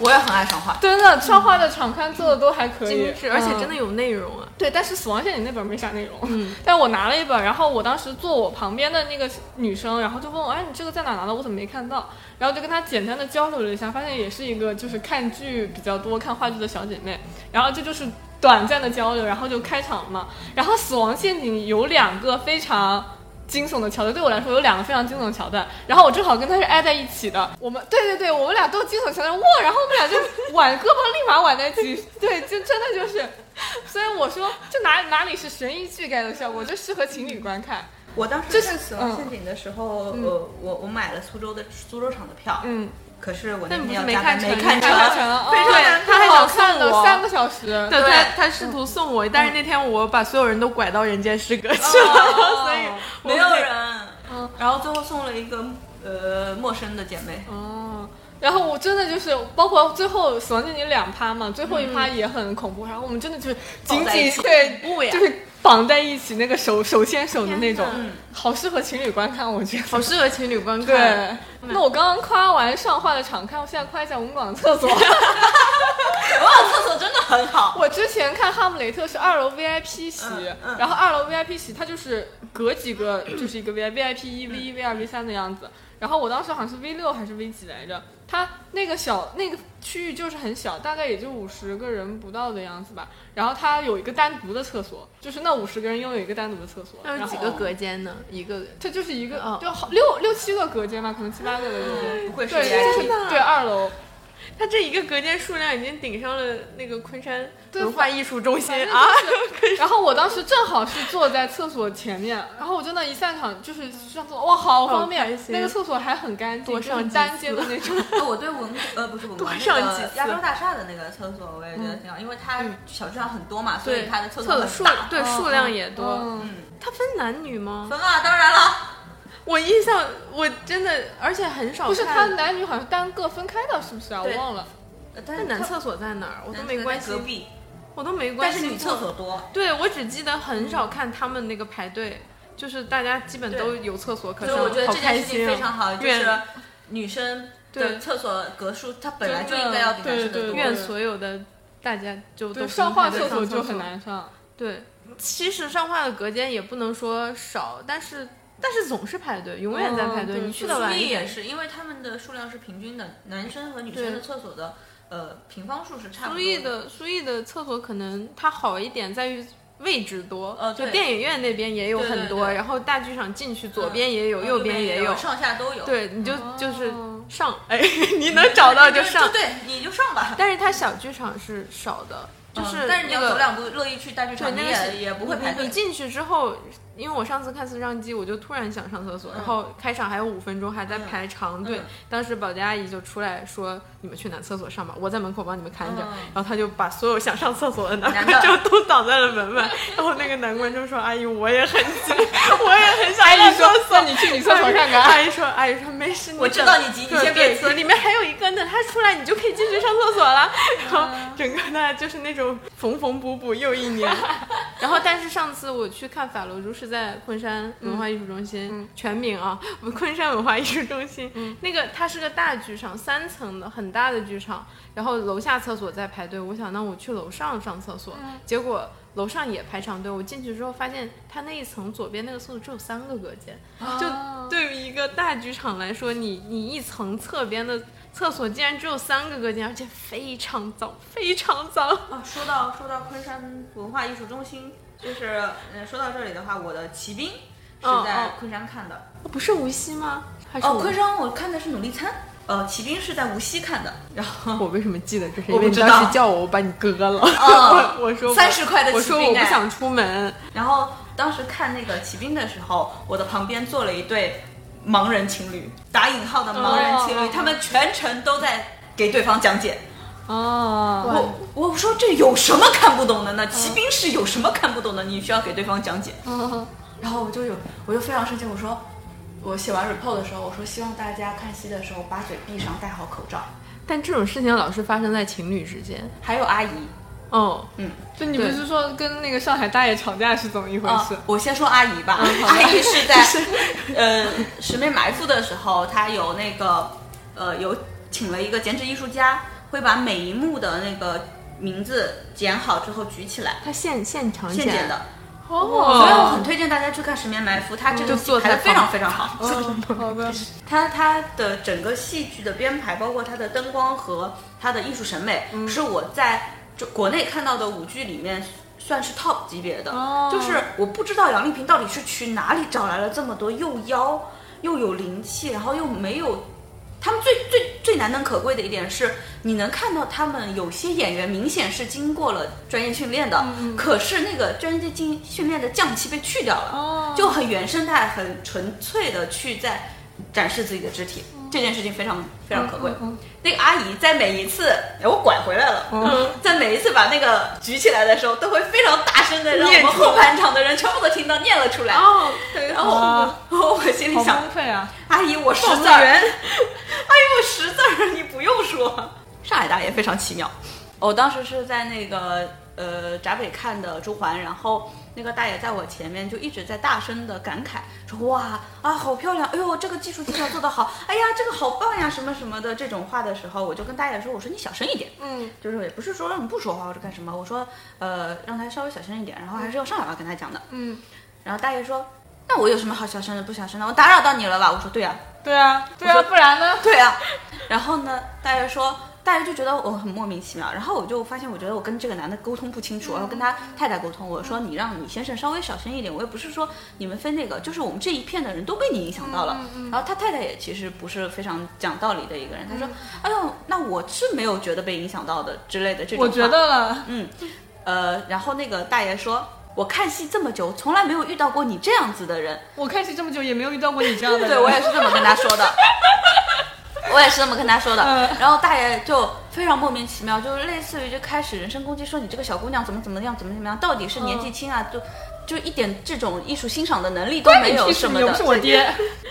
A: 我也很爱上画，
C: 真的，上画的场刊做的都还可以，
B: 精致，而且真
C: 嗯
B: 的有内容啊。
C: 对，但是《死亡陷阱》那本没啥内容， 但我拿了一本，然后我当时坐我旁边的那个女生，然后就问我，哎，你这个在哪拿的？我怎么没看到？然后就跟她简单的交流了一下，发现也是一个就是看剧比较多、看话剧的小姐妹，然后这就是短暂的交流，然后就开场嘛。然后《死亡陷阱》有两个非常。惊悚的桥段对我来说有两个非常惊悚的桥段，然后我正好跟她是挨在一起的，我们对对对，我们俩都惊悚桥段哇，然后我们俩就挽胳 膊立马挽在一起，对，就真的就是所以我说，这哪哪里是悬疑剧该有的效果，就适合情侣观看。
A: 我当时
C: 这是
A: 看《死亡陷阱》的时候，呃，我我买了苏州的苏州场的票，
C: 嗯，
A: 可是我那
B: 但你不
A: 天
B: 是
A: 要
B: 没
A: 加
B: 看
A: 班
B: 成
A: 没看
B: 你
A: 成，
B: 看
C: 成了
A: 非
C: 哦
A: 常难
B: 他还
C: 太好
B: 想
C: 看
B: 送
C: 了，
B: 我
C: 三个小时。
B: 对
A: 对
B: 他，他试图送我，但是那天我把所有人都拐到人间失格去了，
C: 哦
B: 所以我
A: 没有
B: 会
A: 人。
C: 嗯
A: 然后最后送了一个呃陌生的姐妹，
C: 哦，然后我真的就是，包括最后《死亡陷阱》两趴嘛，最后一趴也很恐怖，然后我们真的就是紧
A: 绑在一
C: 紧
A: 起
C: 对，
B: 恐怖呀
C: 就是绑在一起那个手手牵手的那种
B: 天
A: 哪，
C: 好适合情侣观看，我觉得。
B: 好适合情侣观看。
C: 对，那我刚刚夸完上画的场刊，我现在夸一下文广的厕所。
A: 哇，厕所真的很好。
C: 我之前看《哈姆雷特》是二楼 VIP 席，
A: 嗯嗯
B: 嗯
C: 然后二楼 VIP 席它就是隔几个就是一个 VIP，VIP 一 V 一 V 二 V 三的样子。然后我当时好像是 V 六还是 V 几来着，它那个小那个区域就是很小，大概也就五十个人不到的样子吧。然后它有一个单独的厕所，就是那五十个人拥有一个单独的厕所。
B: 那有
C: 然
B: 几
C: 后
B: 个隔间呢？一个
C: 它就是一个，
B: 嗯哦嗯
C: 就好六六七个隔间吧，可能七八个的隔间。
A: 不愧是
C: 对，就是
B: 天哪
C: 对二楼，
B: 它这一个隔间数量已经顶上了那个昆山
C: 对
B: 文化艺术中心
C: 反正
B: 啊！
C: 然后我当时正好是坐在厕所前面，然后我真的一散场就是上厕所，哇，好方
B: 好开
C: 便！
B: 心
C: 那个厕所还很干净，
B: 多上
C: 就是
B: 几次
C: 单间的那种。
A: 哎我对文呃不是文
B: 多
A: 广
B: 上
A: 那个
B: 几次嗯
A: 亚洲大厦的那个厕所，我也觉得挺好，因为它小区上很多嘛，所以它的厕所
B: 厕
A: 很
B: 数
A: 大。
B: 对数量也多。
C: 嗯，
A: 嗯，
B: 它分男女吗？
A: 分啊，当然了，
B: 我印象我真的，而且很少
C: 不是，它
B: 看
C: 男女好像单个分开的，是不是啊？我
A: 对
C: 忘了。
A: 呃但
B: 那
A: 是
B: 男
A: 它
B: 厕所在哪儿？我都
A: 男
B: 没
A: 厕
B: 关
A: 在
B: 系
A: 隔，壁，
B: 我都没关
A: 但
B: 系。
A: 是女厕，所多。
B: 对我只记得很少看他们那个排队，就是大家基本都有厕所可
A: 所以
B: 上，
A: 我觉得
B: 好
A: 这件
B: 开
A: 事情
B: 心
A: 非常
B: 啊！
A: 好，就是
B: 愿
A: 女生
B: 对
A: 的厕所隔数，它本来就应该要比男生
C: 真的对
A: 的
C: 对
A: 多。
B: 愿所有的大家就都
C: 对，
B: 分
C: 上化
B: 开
C: 厕
B: 地
C: 所
B: 上
C: 就很。难上。
B: 对，其实上化的隔间也不能说少，但是但是总是排队，永远在排队。
C: 嗯对
B: 你去的
A: 苏
B: 晚
A: 丽
B: 一
A: 也
B: 点，
A: 是，因为他们的数量是平均的，男生和女
B: 对
A: 生的厕所的呃平方数是差不
B: 苏
A: 多
B: 毅。的苏毅的厕所可能它好一点在于位置多，
A: 呃
B: 就
A: 对
B: 电影院那边也有
A: 对对
B: 很多，
A: 对
B: 然后大剧场进去左
A: 嗯
B: 边也有，
A: 然后
B: 右
A: 边
B: 也
A: 有，上下都有。，
B: 对，你就、就是
C: 哦
B: 上， 哎，你能找到就上
A: 就。对，你就上吧。
B: 但是它小剧场是少的，就是、那
A: 嗯
B: 个
A: 但是你要走两步，乐意去大剧
B: 对，
A: 场，
B: 那
A: 你
B: 个是
A: 也也不会排
B: 你
A: 队。
B: 进去之后，因为我上次看《私尚机》，我就突然想上厕所，然后开场还有五分钟，还在排长队。
A: 嗯
B: 当时保洁阿姨就出来说：“你们去男厕所上吧，我在门口帮你们看着。
A: 嗯
B: 然后她就把所有想上厕所的男
A: 男
B: 观
A: 的
B: 众都挡在了门外。然后那个男观众说：“阿姨，我也很急，我也很想
C: 阿
B: 上
C: 姨说
B: 厕
C: 那
B: 所。：“
C: 哎你去女厕所看看。
B: 阿姨说：“阿姨说没事，你
A: 我知道你急
B: 等
A: 你先
B: 对
A: 别急
B: 对 里面还有一个，等他出来你就可以进去上厕所了。”然后整个呢就是那种缝缝补补又一年。然后，但是上次我去看法罗珠是在昆山文化艺术中心，全名啊，昆山文化艺术中心。那个它是个大剧场，三层的很大的剧场，然后楼下厕所在排队。我想那我去楼上上厕所，结果。楼上也排长队，我进去之后发现它那一层左边那个厕所只有三个隔间，就对于一个大剧场来说，你你一层侧边的厕所竟然只有三个隔间，而且非常脏，非常脏。
A: 啊，说到说到昆山文化艺术中心，就是嗯，说到这里的话，我的骑兵
B: 嗯
A: 是在
B: 嗯
A: 昆山看的。
B: 不是无锡吗？还是
A: 哦，
B: 我
A: 昆山我看的是努力餐，呃，骑兵是在无锡看的，然后
B: 我为什么记得这是？
A: 我
B: 因为
A: 不
B: 你
A: 知
B: 当时
A: 道
B: 叫我，我把你割 了。
A: 哦
B: 我我说我
A: 30块的
B: 我
A: 骑
B: 说
A: 兵
B: 我不
A: 哎
B: 想出门。
A: 然后当时看那个骑兵的时候，我的旁边坐了一对盲人情侣，打引号的盲人情侣，
C: 哦
A: 他们全程都在给对方讲解。
C: 哦，
A: 我我说这有什么看不懂的呢？骑兵是有什么看不懂的？你需要给对方讲解。
B: 哦
A: 然后我就有，我就非常生气，我说。我写完 report 的时候，我说希望大家看戏的时候把嘴闭上，戴好口罩。
B: 但这种事情老是发生在情侣之间。
A: 还有阿姨，
B: 哦，
A: 嗯，
C: 就你不是说跟那个上海大爷吵架是怎么一回
A: 啊
C: 事？
A: 我先说阿姨吧， 阿姨是在呃十妹埋伏的时候，她有那个呃有请了一个剪纸艺术家，会把每一幕的那个名字剪好之后举起来，
B: 他现现场
A: 现剪的。
B: 哦，
A: 所以我很推荐大家去看《十面埋伏》，它这个
B: 就坐
A: 戏排的
B: 在
A: 非
B: 旁
A: 常非常好。
C: 哦好 的，
A: 它它的整个戏剧的编排，包括它的灯光和它的艺术审美，
C: 嗯
A: 是我在这国内看到的舞剧里面算是 top 级别的。
C: 哦
A: 就是我不知道杨丽萍到底是去哪里找来了这么多又妖又有灵气，然后又没有。他们最最最难能可贵的一点是，你能看到他们有些演员明显是经过了专业训练的，
C: 嗯
A: 可是那个专业经训练的匠气被去掉了，
C: 哦
A: 就很原生态、很纯粹的去在展示自己的肢体，这件事情非常非常可贵。
C: 嗯嗯
A: 那个阿姨在每一次，哎，我拐回来了，在每一次把那个举起来的时候，都会非常大声的让我
B: 念
A: 们
B: 出来
A: 后半场的人全部都听到念了出来。
B: 哦，对，
A: 然后我
C: 哇
A: 我我心里
C: 啊好
A: 想，
C: 崩溃啊！
A: 阿姨我识字儿，
B: 报名
A: 阿
B: 员
A: 姨我识字儿，你不用说。上海大爷非常奇妙，我当时是在那个呃闸北看的《朱鹮》，然后那个大爷在我前面就一直在大声的感慨说：“哇啊，好漂亮！哎呦，这个技术技巧做得好！哎呀，这个好棒呀，什么什么的这种话的时候，我就跟大爷说：我说你小声一点，
C: 嗯，
A: 就是也不是说让你不说话或者干什么，我说呃让他稍微小声一点，然后还是要上海话跟他讲的。
C: 嗯，
A: 然后大爷说：“那我有什么好小声的不小声的？我打扰到你了吧？我说对呀、
C: 对啊，对啊，
A: 我说
C: 不然呢？
A: 对啊。然后呢，大家说，大家就觉得我很莫名其妙。然后我就发现，我觉得我跟这个男的沟通不清楚，然后跟他太太沟通，我说你让你先生稍微小声一点。我也不是说你们分那个，就是我们这一片的人都被你影响到
C: 嗯
A: 了。然后他太太也其实不是非常讲道理的一个人，他
C: 嗯
A: 说，哎呦，那我是没有觉得被影响到的之类的这种
C: 我
A: 话。
C: 觉得了，
A: 嗯，呃，然后那个大爷说。我看戏这么久，从来没有遇到过你这样子的人。
C: 我看戏这么久也没有遇到过你这样的 人。
A: 对我也是这么跟他说的，我也是这么跟他说的。
C: 嗯
A: 然后大爷就非常莫名其妙，就是类似于就开始人身攻击，说你这个小姑娘怎么怎么样，怎么怎么样，到底是
C: 嗯
A: 年纪轻啊，就就一点这种艺术欣赏的能力都
C: 关你
A: 没有
C: 屁
A: 什
C: 事，
A: 么
C: 又不是
A: 的。
C: 我爹，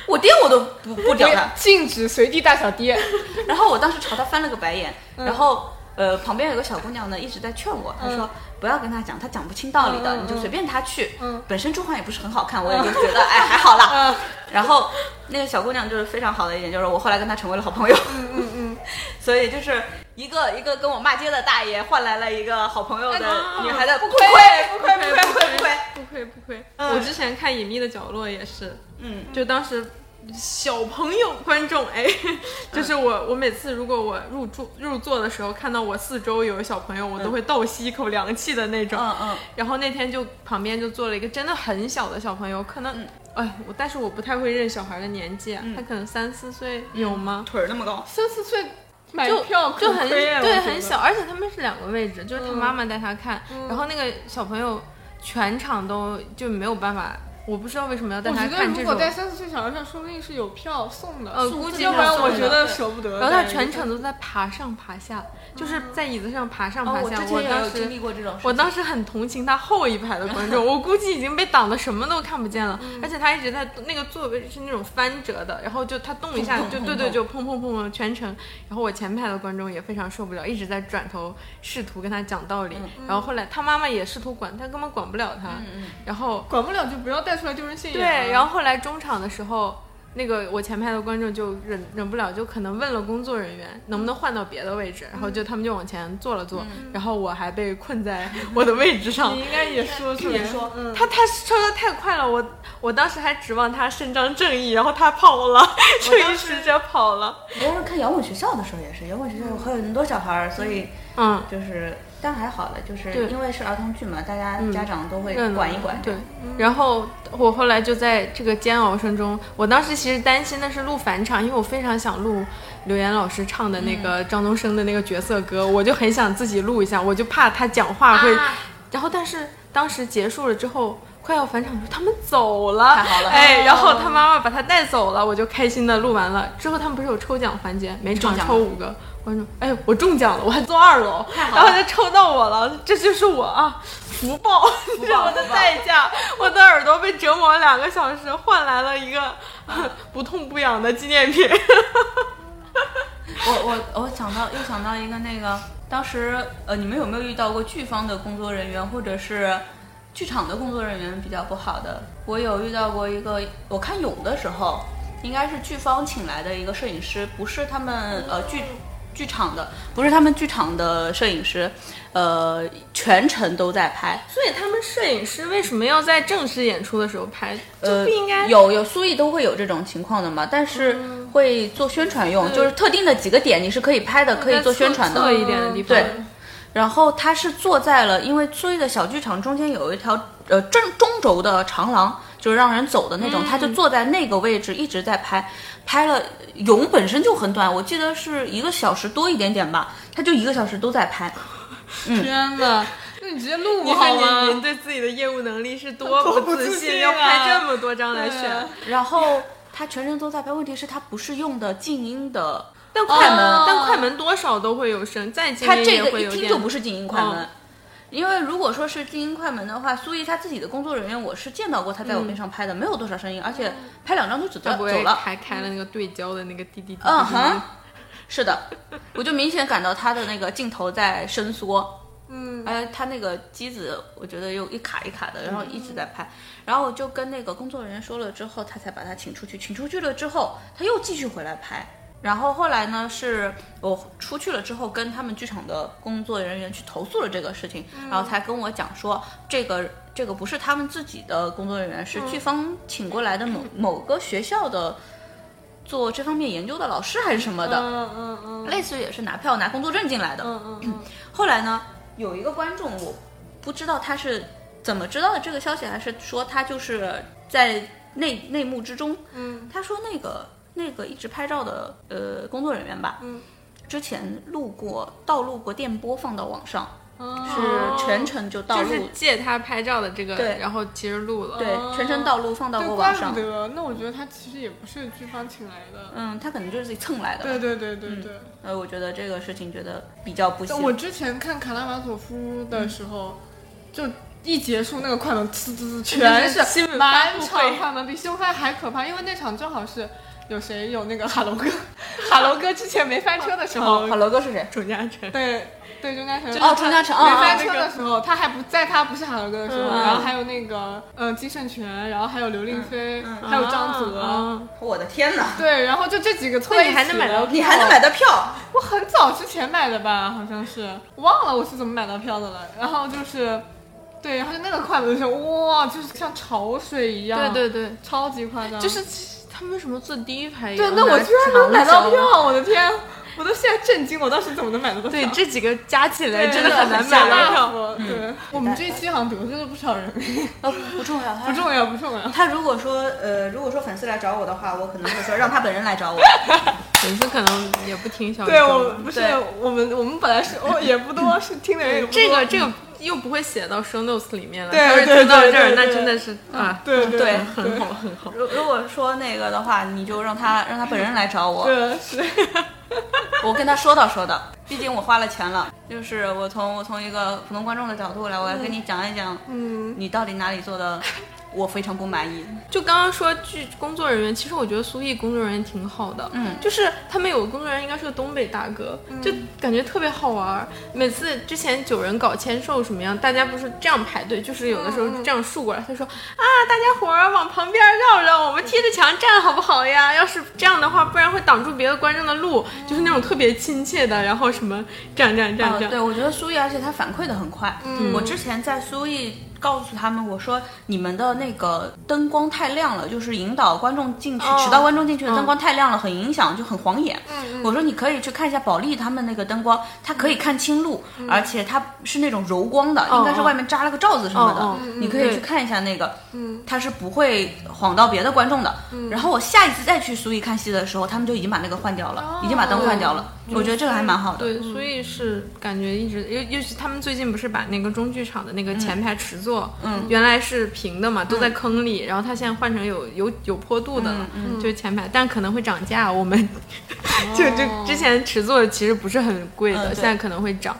A: 我爹我都不不屌他。
C: 禁止随地大小爹。
A: 然后我当时朝他翻了个白眼，然后呃旁边有个小姑娘呢一直在劝我，她说不要跟他讲，他讲不清道理的，
C: 嗯嗯
A: 你就随便他去。
C: 嗯
A: 本身朱黄也不是很好看，我也就觉得哎还好啦。
C: 嗯
A: 然后那个小姑娘就是非常好的一点，就是我后来跟她成为了好朋友，
C: 嗯嗯嗯，
A: 所以就是一个一个跟我骂街的大爷换来了一个好朋友的女孩哎的，不
C: 亏
A: 亏不亏
C: 不
A: 不
C: 亏
A: 亏不亏不亏，
B: 不亏不亏。
A: 嗯
B: 我之前看《隐秘的角落》也是，
A: 嗯
B: 就当时小朋友观众哎，
A: 嗯
B: 就是我我每次如果我入住入座的时候看到我四周有小朋友，我都会倒吸一口凉气的那种。
A: 嗯嗯，
B: 然后那天就旁边就坐了一个真的很小的小朋友，可能、哎我但是我不太会认小孩的年纪、啊，他可能三四岁有吗？
A: 腿儿那么高，
C: 三四岁买
B: 就
C: 票
B: 就
C: 可
B: 很
C: 亏啊
B: 嗯对
C: 我觉得
B: 很小，而且他们是两个位置，就是他
C: 嗯
B: 妈妈带他看，然后那个小朋友全场都就没有办法，我不知道为什么要带
C: 我
B: 他
C: 觉得
B: 看这
C: 如果
B: 种。
C: 在三四岁小孩上，说不定是有票送的，
B: 呃
C: 送
B: 估计
C: 要不然
B: 是
C: 我
B: 送
C: 觉
B: 的
C: 得
B: 对
C: 舍不得。
B: 然后他全程都在爬上爬下，就是在椅子上爬上爬
A: 哦，我
B: 下。
A: 之前
B: 我
A: 也
B: 当
A: 有经
B: 时
A: 历过这种事情，
B: 我当时很同情他后一排的观众，我估计已经被挡的什么都看不见了。
A: 嗯
B: 而且他一直在那个座位是那种翻折的，然后就他动一下
A: 砰砰
B: 就
A: 砰
B: 对对
A: 砰
B: 就砰砰砰砰全程。然后我前排的观众也非常受不了，一直在转头试图跟他讲道理。然后后来他妈妈也试图管，他根本管不了他。
A: 嗯嗯
B: 然后
C: 管不了就不要带出来丢人现眼。啊
B: 对，然后后来中场的时候，那个我前排的观众就忍忍不了，就可能问了工作人员能不能换到别的位置，然后就他们就往前坐了坐，然后我还被困在我的位置上
C: 你。应该也说出来。
A: 也说
C: 嗯，
B: 他他说的太快了，我我当时还指望他伸张正义，然后他跑了， 正义使者跑了。
A: 我当时看摇滚学校的时候也是，摇滚学校有很多小孩儿，所以
B: 嗯，
A: 就是但还好了，就是
B: 对
A: 因为是儿童剧嘛，大家家长都会
B: 嗯
A: 管一管。
B: 对，然后我后来就在这个煎熬声中，我当时其实担心的是录返场，因为我非常想录刘岩老师唱的那
A: 嗯
B: 个张东升的那个角色歌，我就很想自己录一下，我就怕他讲话会。
A: 啊
B: 然后，但是当时结束了之后，快要返场的时候，他们走了，
A: 太好了
B: 哎，然后他妈妈把他带走了，我就开心的录完了。之后他们不是有抽奖环节，每场
A: 中奖了
B: 抽五个。观众，哎，我中奖了，我还坐二楼，
A: 太好
B: 然
A: 了
B: 后就抽到我了，这就是我啊，福报，这是我的
A: 福报
B: 代价，我的耳朵被折磨两个小时，换来了一 个不痛不痒的纪念品。
A: 我我我想到又想到一个那个，当时呃，你们有没有遇到过剧方的工作人员或者是剧场的工作人员比较不好的？我有遇到过一个，我看泳的时候，应该是剧方请来的一个摄影师，不是他们呃剧。剧场的不是他们剧场的摄影师，呃，全程都在拍，
B: 所以他们摄影师为什么要在正式演出的时候拍？
A: 呃
B: 就不应该、嗯
A: 有有苏艺都会有这种情况的嘛，但是会做宣传用，就是特定的几个点你是可以拍的，可以做宣传的。
B: 侧一点的地方。
A: 对然后他是坐在了，因为苏艺的小剧场中间有一条呃正中轴的长廊，就是让人走的那种，他
B: 嗯
A: 就坐在那个位置一直在拍，拍了泳本身就很短，我记得是一个小时多一点点吧，他就一个小时都在拍。
C: 天哪，那你直接录
B: 你
C: 好
B: 看
C: 吗？
B: 您您对自己的业务能力是多不
C: 不
B: 自
C: 自信啊
B: 要拍这么多张来
C: 对啊
B: 选。
A: 然后他全程都在拍，问题是他不是用的静音的
B: 但快门，
A: 哦
B: 但快门多少都会有声，再近
A: 他
B: 音
A: 这
B: 也
A: 个
B: 会
A: 一
B: 有
A: 听
B: 点。
A: 就不是静音快门，
B: 嗯
A: 因为如果说是静音快门的话，苏毅他自己的工作人员我是见到过，他在我边上拍的，没有多少声音，而且拍两张就走
B: 该嗯不
A: 走
B: 会
A: 了。
B: 还开了那个对焦的那个滴滴滴滴滴？
A: 嗯哼，是的，我就明显感到他的那个镜头在伸缩。嗯，哎，他那个机子，我觉得又一卡一卡的，然后一直在拍。
C: 嗯
A: 然后我就跟那个工作人员说了之后，他才把他请出去。请出去了之后，他又继续回来拍。然后后来呢，是我出去了之后，
C: 嗯
A: 跟他们剧场的工作人员去投诉了这个事情，然后才跟我讲说，这个这个不是他们自己的工作人员，是
C: 嗯
A: 剧方请过来的某某个学校的做这方面研究的老师还是什么的，
C: 嗯嗯嗯
A: 类似于也是拿票拿工作证进来的。
C: 嗯嗯，
A: 后来呢，有一个观众，我不知道他是怎么知道的这个消息，还是说他就是在内内幕之中。
C: 嗯，
A: 他说那个那个一直拍照的呃工作人员吧，
C: 嗯，
A: 之前录过盗录过电波放到网上，
C: 嗯
B: 哦
A: 是全程就盗
B: 就
A: 录，
B: 是借他拍照的这个，
A: 对
B: 然后其实录了。
A: 对，全程盗录放到
C: 对，
A: 过
C: 怪
A: 网
C: 不
A: 上。
C: 得。那我觉得他其实也不是剧方请来的。
A: 嗯，他可能就是自己蹭来的吧。
C: 对对对对对。
A: 呃，我觉得这个事情觉得比较不
C: 但我
A: 行。
C: 之前看《卡拉马佐夫》的时候，
B: 嗯
C: 就一结束那个快门，呲呲呲，全
B: 就是是新闻发
C: 满
B: 布
C: 场
B: 会，
C: 快门，比凶翻还可怕。因为那场正好是有谁有那个哈喽哥， 哈喽哥之前没翻车的时
B: 哦
C: 候，
A: 好，楼哥是谁？
B: 楚嘉诚。
C: 对对，钟嘉诚
A: 哦，陈嘉诚
C: 没
A: 啊
C: 翻，车的时候，他还不在他不是韩流哥的时候，
B: 嗯
C: 然后还有那个呃金圣权，然后还有刘令菲，
A: 嗯嗯
C: 还有张哲，
B: 啊，
A: 我的天哪！
C: 对，然后就这几个凑
B: 那
C: 一起
B: 你还能买到
C: 的
A: 你还能买到票？
C: 我很早之前买的吧，好像是忘了我是怎么买到票的了。然后就是，对，然后就那个快门的时候，哇，就是像潮水一样，
B: 对，对对，
C: 超级夸张，
B: 就是他们为什么坐第一排也
C: 对
B: 要。
C: 那
B: 拿长
C: 我
B: 条？
C: 居然能买到票，我的天！我都现在震惊，我当时怎么能买得到票？哎
B: 对，这几个加起来
C: 对
B: 真的很难嗯买
C: 吓
B: 到票。
C: 到我。对，我们这一期好像得罪了不少人，
A: 呃，不重要，
C: 不重要，不重要。
A: 他如果说呃，如果说粉丝来找我的话，我可能会说让他本人来找我。
B: 粉丝可能也不听小宇宙
C: 对，我不是
A: 对
C: 我们，我们本来是哦也不多，是听的人也不多。
B: 这个这个又不会写到 show notes 里面了。
C: 嗯对
B: 要是
C: 对
B: 听到
C: 对
B: 这儿，
C: 对
B: 那
C: 对嗯
B: 真的是啊，
C: 对对
A: 对
B: 很好很好。
A: 如如果说那个的话，你就让他让他本人来找我，
C: 对是，
A: 我跟他说道说道。毕竟我花了钱了，就是我从我从一个普通观众的角度来，我来跟你讲一讲，
C: 嗯，
A: 你到底哪里做的我非常不满意。
B: 就刚刚说剧工作人员，其实我觉得苏毅工作人员挺好的，
A: 嗯
B: 就是他们有个工作人员应该是个东北大哥，
C: 嗯
B: 就感觉特别好玩儿。每次之前九人搞签售什么样，大家不是这样排队，就是有的时候这样
C: 嗯
B: 竖过来，他说啊，大家伙儿往旁边绕绕，我们贴着墙站好不好呀？要是这样的话，不然会挡住别的观众的路，就是那种特别亲切的，然后什么站站站
C: 哦
A: 啊，
B: 站，
A: 对，我觉得苏毅，而且他反馈的很快。我之前在苏毅告诉他们，我说你们的那个灯光太亮了，就是引导观众进去，
B: 哦
A: 迟到观众进去的
B: 嗯
A: 灯光太亮了，很影响，就很晃眼。
C: 嗯
A: 我说你可以去看一下保利他们那个灯光，它可以看清路，而且它是那种柔光的，应该是
B: 嗯哦
A: 外面扎了个罩子什么的，
B: 哦嗯
A: 你可以
B: 对
A: 去看一下那个。
C: 嗯
A: 它是不会晃到别的观众的。
B: 嗯
A: 然后我下一次再去苏毅看戏的时候，他们就已经把那个换掉了，
B: 哦
A: 已经把灯换掉了。
B: 嗯
A: 我觉得这个还蛮好的。嗯
B: 对，所以是感觉一直，尤尤其他们最近不是把那个中剧场的那个前排池座，
A: 嗯，
B: 原来是平的嘛，都在坑里，然后它现在换成有有有坡度的了，
A: 嗯哦
B: 就是前排，但可能会涨价。我们 就就之前池座其实不是很贵的，
A: 嗯对
B: 现在可能会涨。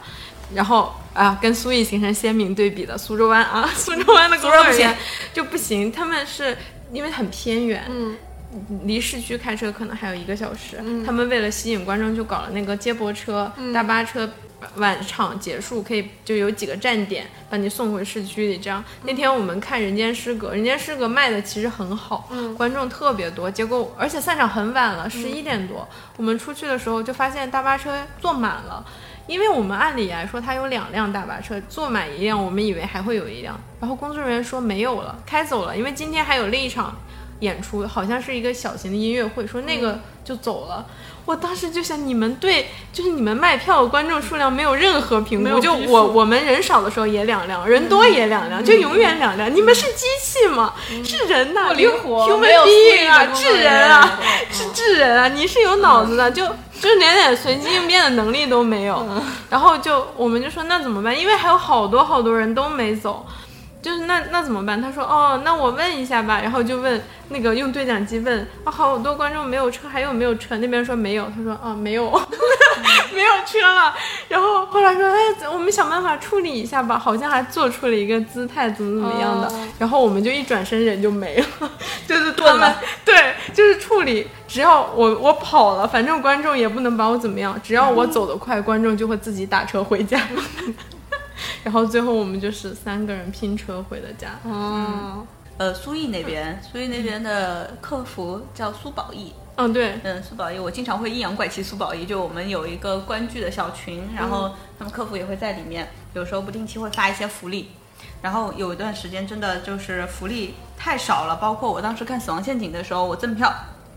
B: 然后啊，跟苏毅形成鲜明对比的苏州湾啊，苏州湾的工
A: 州
B: 作
A: 不
B: 人
A: 行
B: 员就不行，他们是因为很偏远，
C: 嗯
B: 离市区开车可能还有一个小时。他们为了吸引观众，就搞了那个接驳车、大巴车，呃晚场结束可以就有几个站点把你送回市区里。这样那天我们看《人间失格》，《人间失格》卖的其实很好，观众特别多。结果而且散场很晚了，十一点多，我们出去的时候就发现大巴车坐满了。因为我们按理来说，它有两辆大巴车，坐满一辆，我们以为还会有一辆，然后工作人员说没有了，开走了，因为今天还有另一场演出，好像是一个小型的音乐会，说那个就走了。我当时就想，你们对就是你们卖票的观众数量没有任何评
C: 没
B: 估，
C: 有
B: 就
C: 逼
B: 嗯我
C: 数
B: 我们人少的时候也两辆，人多也两辆，就永远两辆。你们是机器吗？是人呐、
C: 不灵活
B: human
C: 没有
B: being 啊，
C: 思维的
B: 智人啊，是智人啊，你是有脑子的，就就是连点随机应变的能力都没有。然后就我们就说那怎么办？因为还有好多好多人都没走。就是那那怎么办？他说哦，那我问一下吧，然后就问那个用对讲机问啊、好多观众没有车，还有没有车？那边说没有，他说啊没有， 没有车了。然后后来说哎，我们想办法处理一下吧，好像还做出了一个姿态，怎么怎么样的。
C: 哦
B: 然后我们就一转身人就没了， 就是
A: 顿
B: 他们
A: 了
B: 对，就是处理，只要我我跑了，反正观众也不能把我怎么样，只要我走得快，观众就会自己打车回家。然后最后我们就是三个人拼车回的家。嗯
C: 哦，
A: 呃，苏毅那边，苏毅那边的客服叫苏宝义。
B: 嗯，对，
A: 嗯，苏宝义，我经常会阴阳怪气苏宝义。就我们有一个观剧的小群，然后他们客服也会在里面，有时候不定期会发一些福利。然后有一段时间真的就是福利太少了，包括我当时看《死亡陷阱》的时候，我赠票，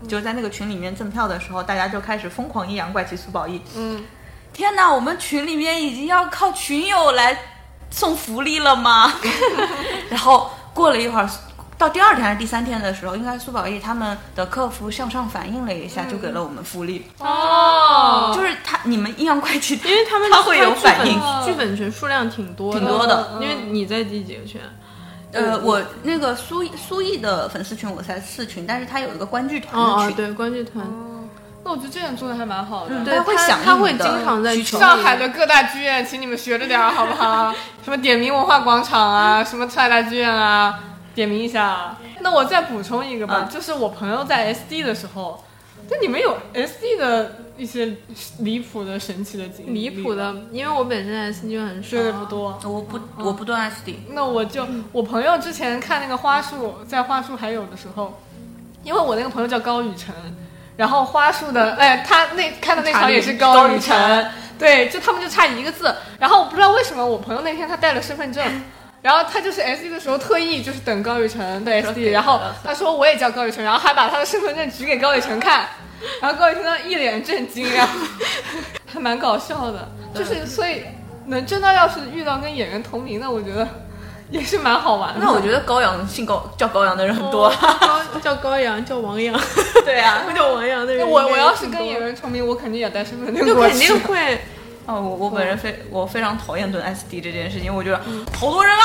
A: 就是在那个群里面赠票的时候，大家就开始疯狂阴阳怪气苏宝译。
C: 嗯，
A: 天哪，我们群里面已经要靠群友来送福利了吗？ 然后过了一会儿，到第二天还是第三天的时候，应该苏宝译他们的客服向上反映了一下，就给了我们福利。
C: 哦
A: 就是他你们阴阳怪 气，
B: 因为他们
A: 他会有反应。
C: 应
B: 剧本群数量挺多的
A: 挺多的
B: 因为你在第几个群？
A: 呃，我那个苏苏毅的粉丝群我才四群，但是他有一个观剧团
B: 哦
A: 的
B: 哦，
A: 群，
B: 对，关剧团，
C: 那我觉得这点做的还蛮好的。
A: 嗯
B: 对
A: 他会
B: 他
A: 响应
B: 他会
A: 你的
B: 经常在
A: 需求
B: 群里
C: 上海的各大剧院，请你们学着点儿，好不 好？什么点名文化广场啊，什么上海大剧院啊，点名一下啊。那我再补充一个吧，
A: 嗯
C: 就是我朋友在 SD 的时候，就你们有 SD 的一些离谱的、神奇的经历，
B: 离谱的，因为我本身 S 就很少
C: 学的不多。
A: 我不我不断 SD，
C: 那我就我朋友之前看那个花束，在花束还有的时候，因为我那个朋友叫高雨晨，然后花束的哎，他那看的那场也是高雨晨，对，就他们就差一个字。然后我不知道为什么我朋友那天他带了身份证。然后他就是 S D 的时候特意就是等高雨晨的 S
A: 说
C: D，
A: 给
C: 然后
A: 了
C: 他说我也叫高雨晨，然后还把他的身份证举给高雨晨看，然后高雨晨呢一脸震惊，然后还蛮搞笑的，就是所以能真的要是遇到跟演员同名的，我觉得也是蛮好玩的。
A: 那我觉得高阳姓高叫高阳的人很多，
B: 高叫高阳，叫王阳，
A: 对啊，
B: 叫王阳
C: 那
B: 的人应该
C: 我
B: 也挺
C: 我
B: 多。
C: 要是跟演员重名，我肯定也带身份证
B: 就
C: 过
B: 肯
C: 去。
B: 定会，
A: 哦，我我本人非我非常讨厌蹲 SD 这件事情，我觉得好多人啊，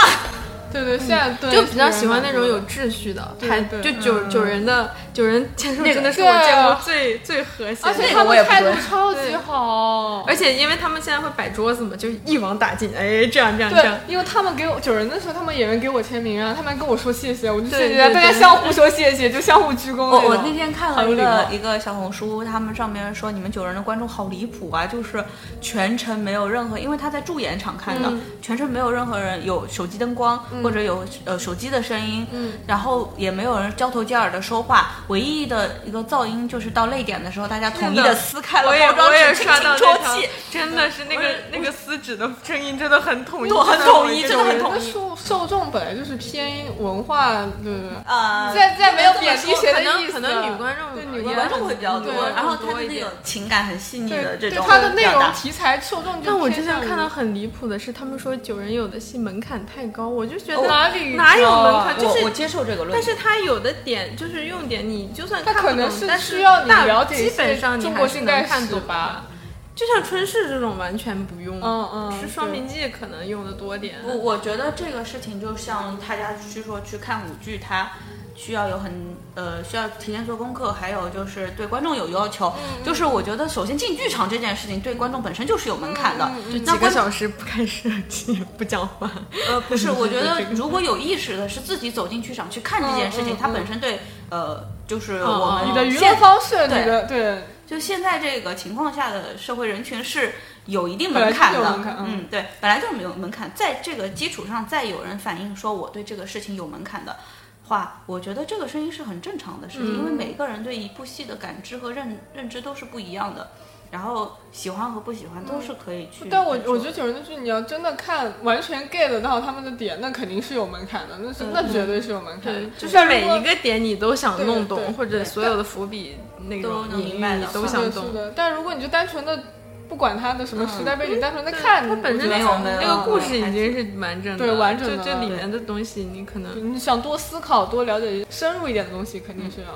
C: 对对，现在对
B: 就比较喜欢那种有秩序的
C: 对
B: 排，
C: 对
B: 就九九人的九人 结束
A: 那个
B: 真的是我
C: 对
B: 见过
C: 啊
B: 最最和谐
C: 而
B: 的。
C: 且
A: 那
C: 他
A: 个我也
C: 们
A: 不
C: 态度
A: 对
C: 超级
B: 对
C: 好。
B: 而且因为他们现在会摆桌子嘛，就是一网打尽，哎，这样这样这
C: 对
B: 样，，
C: 因为他们给我九人的时候，他们演员给我签名啊，他们还跟我说谢谢，我就谢
B: 对
C: 谢
B: 对
C: 大家
B: 对
C: 相互说谢谢，就相互鞠躬
A: 我
C: 种
A: 我那天看
C: 好
A: 了
C: 有
A: 一
C: 礼貌
A: 个一个小红书，他们上面说你们九人的观众好离谱啊，就是全程没有任何，因为他在助演场看的，全程没有任何人有手机灯光、或者有呃手机的声音，
C: 嗯，
A: 然后也没有人交头接耳的说话，唯一的一个噪音就是到泪点的时候，大家统一
B: 是
A: 的
B: 的
A: 撕开了
B: 我也
A: 包装
B: 我也
A: 纸，轻
B: 刷
A: 轻
B: 到
A: 抽
B: 那条
A: 泣，，
B: 真的是那
A: 我
B: 个
A: 也
B: 那个撕纸的声音真的很统一，
A: 对很统一真的很
C: 九
A: 统
C: 人
A: 一
C: 的受受众本来就是偏文化，对嗯对对。
A: 呃，
C: 在在没有
A: 这么
C: 贬低
A: 说
C: 谁
B: 可
C: 的
B: 能
C: 意思
B: 可能女观众
C: 对女
B: 也
A: 观众会比较多
C: 对，
A: 然后他
B: 多一
A: 真的
B: 点
A: 有情感很细腻的这
C: 对对
A: 种
C: 它的内
A: 表
C: 容
A: 达。
C: 题材受众就偏向于，
B: 但我之前看到很离谱的是，他们说九人有的戏门槛太高，我就觉得、
C: 哦哪里
B: 哪有
C: 高
B: 门
C: 啊
B: 槛，就是
A: 我我接受这个论点，
B: 但是他有的点就是用点，你就算
C: 它
B: 看不
C: 可
B: 懂，
C: 能是
B: 但
C: 需要你
B: 大
C: 了解一
B: 基
C: 些
B: 本上你
C: 中
B: 还
C: 国
B: 是
C: 近
B: 能
C: 代
B: 看
C: 史
B: 懂的
C: 吧。
B: 就像春逝这种完全不用，
C: 嗯嗯
B: 是双明记可能用的多点。
A: 我我觉得这个事情就像大家去说去看舞剧，它需要有很呃需要提前做功课，还有就是对观众有要求。就是我觉得首先进剧场这件事情对观众本身就是有门槛的。
B: 就
A: 那
B: 几个
A: 观
B: 小时不看手机， 不讲话，
A: 呃不是，我觉 得如果有意识的是自己走进剧场去看这件事情，它本身对呃就是我
B: 哦
A: 们
C: 你的娱乐
A: 现
C: 方式，你
A: 对
C: 的对，
A: 就现在这个情况下的社会人群是有一定
C: 本来
A: 门
C: 就
A: 槛
C: 有
A: 的，
C: 门槛嗯
A: 嗯，对，本来就没有门槛，在这个基础上再有人反映说我对这个事情有门槛的话，我觉得这个声音是很正
C: 嗯
A: 常的事情，因为每个人对一部戏的感知和认认知都是不一样的，然后喜欢和不喜欢都是可以去、
C: 但我我觉得，九人的剧，你要真的看完全 get 到他们的点，那肯定是有门槛的，那是那绝对是有门槛的。
B: 嗯就是每
C: 如
B: 一
C: 果
B: 个点你都想
C: 对
B: 弄
C: 对
B: 懂，
C: 对
B: 或者所有的伏笔那种
A: 都能
B: 隐
A: 明
B: 喻
A: 白
B: 你
A: 的
B: 都
A: 我
C: 是
B: 想
C: 的
B: 懂嗯
C: 是。的，但如果你就单纯的不管它的什么时代背景，单纯的看，
B: 它本身
A: 没
C: 没
A: 有
C: 有
A: 没有
B: 那个故事已经是完整的，
C: 对完整的
B: 就这里面的东西你可能
C: 你想多思考、多了解、深入一点的东西，肯定是要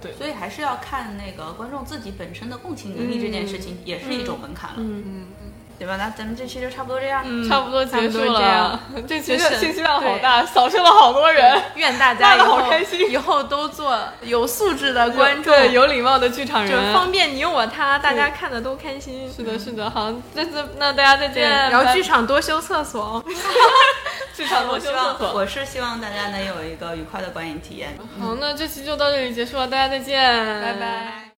C: 对。
A: 所以还是要看那个观众自己本身的共情能力，这件事情也是一种门槛了，
C: 嗯，
A: 对吧？那咱们这期就差不多这样，
B: 嗯
C: 差不多结束了。。 这期
B: 就是
C: 信息量好大，扫射了好多人。
B: 愿大家以
C: 骂得
B: 后
C: 嗯好开心
B: 以后都做有素质的观众，
C: 对有礼貌的剧场
B: 就
C: 人。
B: 是方便你我他，大家看的都开心。
C: 是的，是的，好，那那那大家再见。
B: 然后
C: 拜
B: 剧场多修厕所哦。
C: 剧场
A: 我
C: 多
A: 希
C: 修厕
A: 望
C: 所。
A: 我是希望大家能有一个愉快的观影体验。
C: 嗯好，那这期就到这里结束了，大家再见，
B: 拜拜。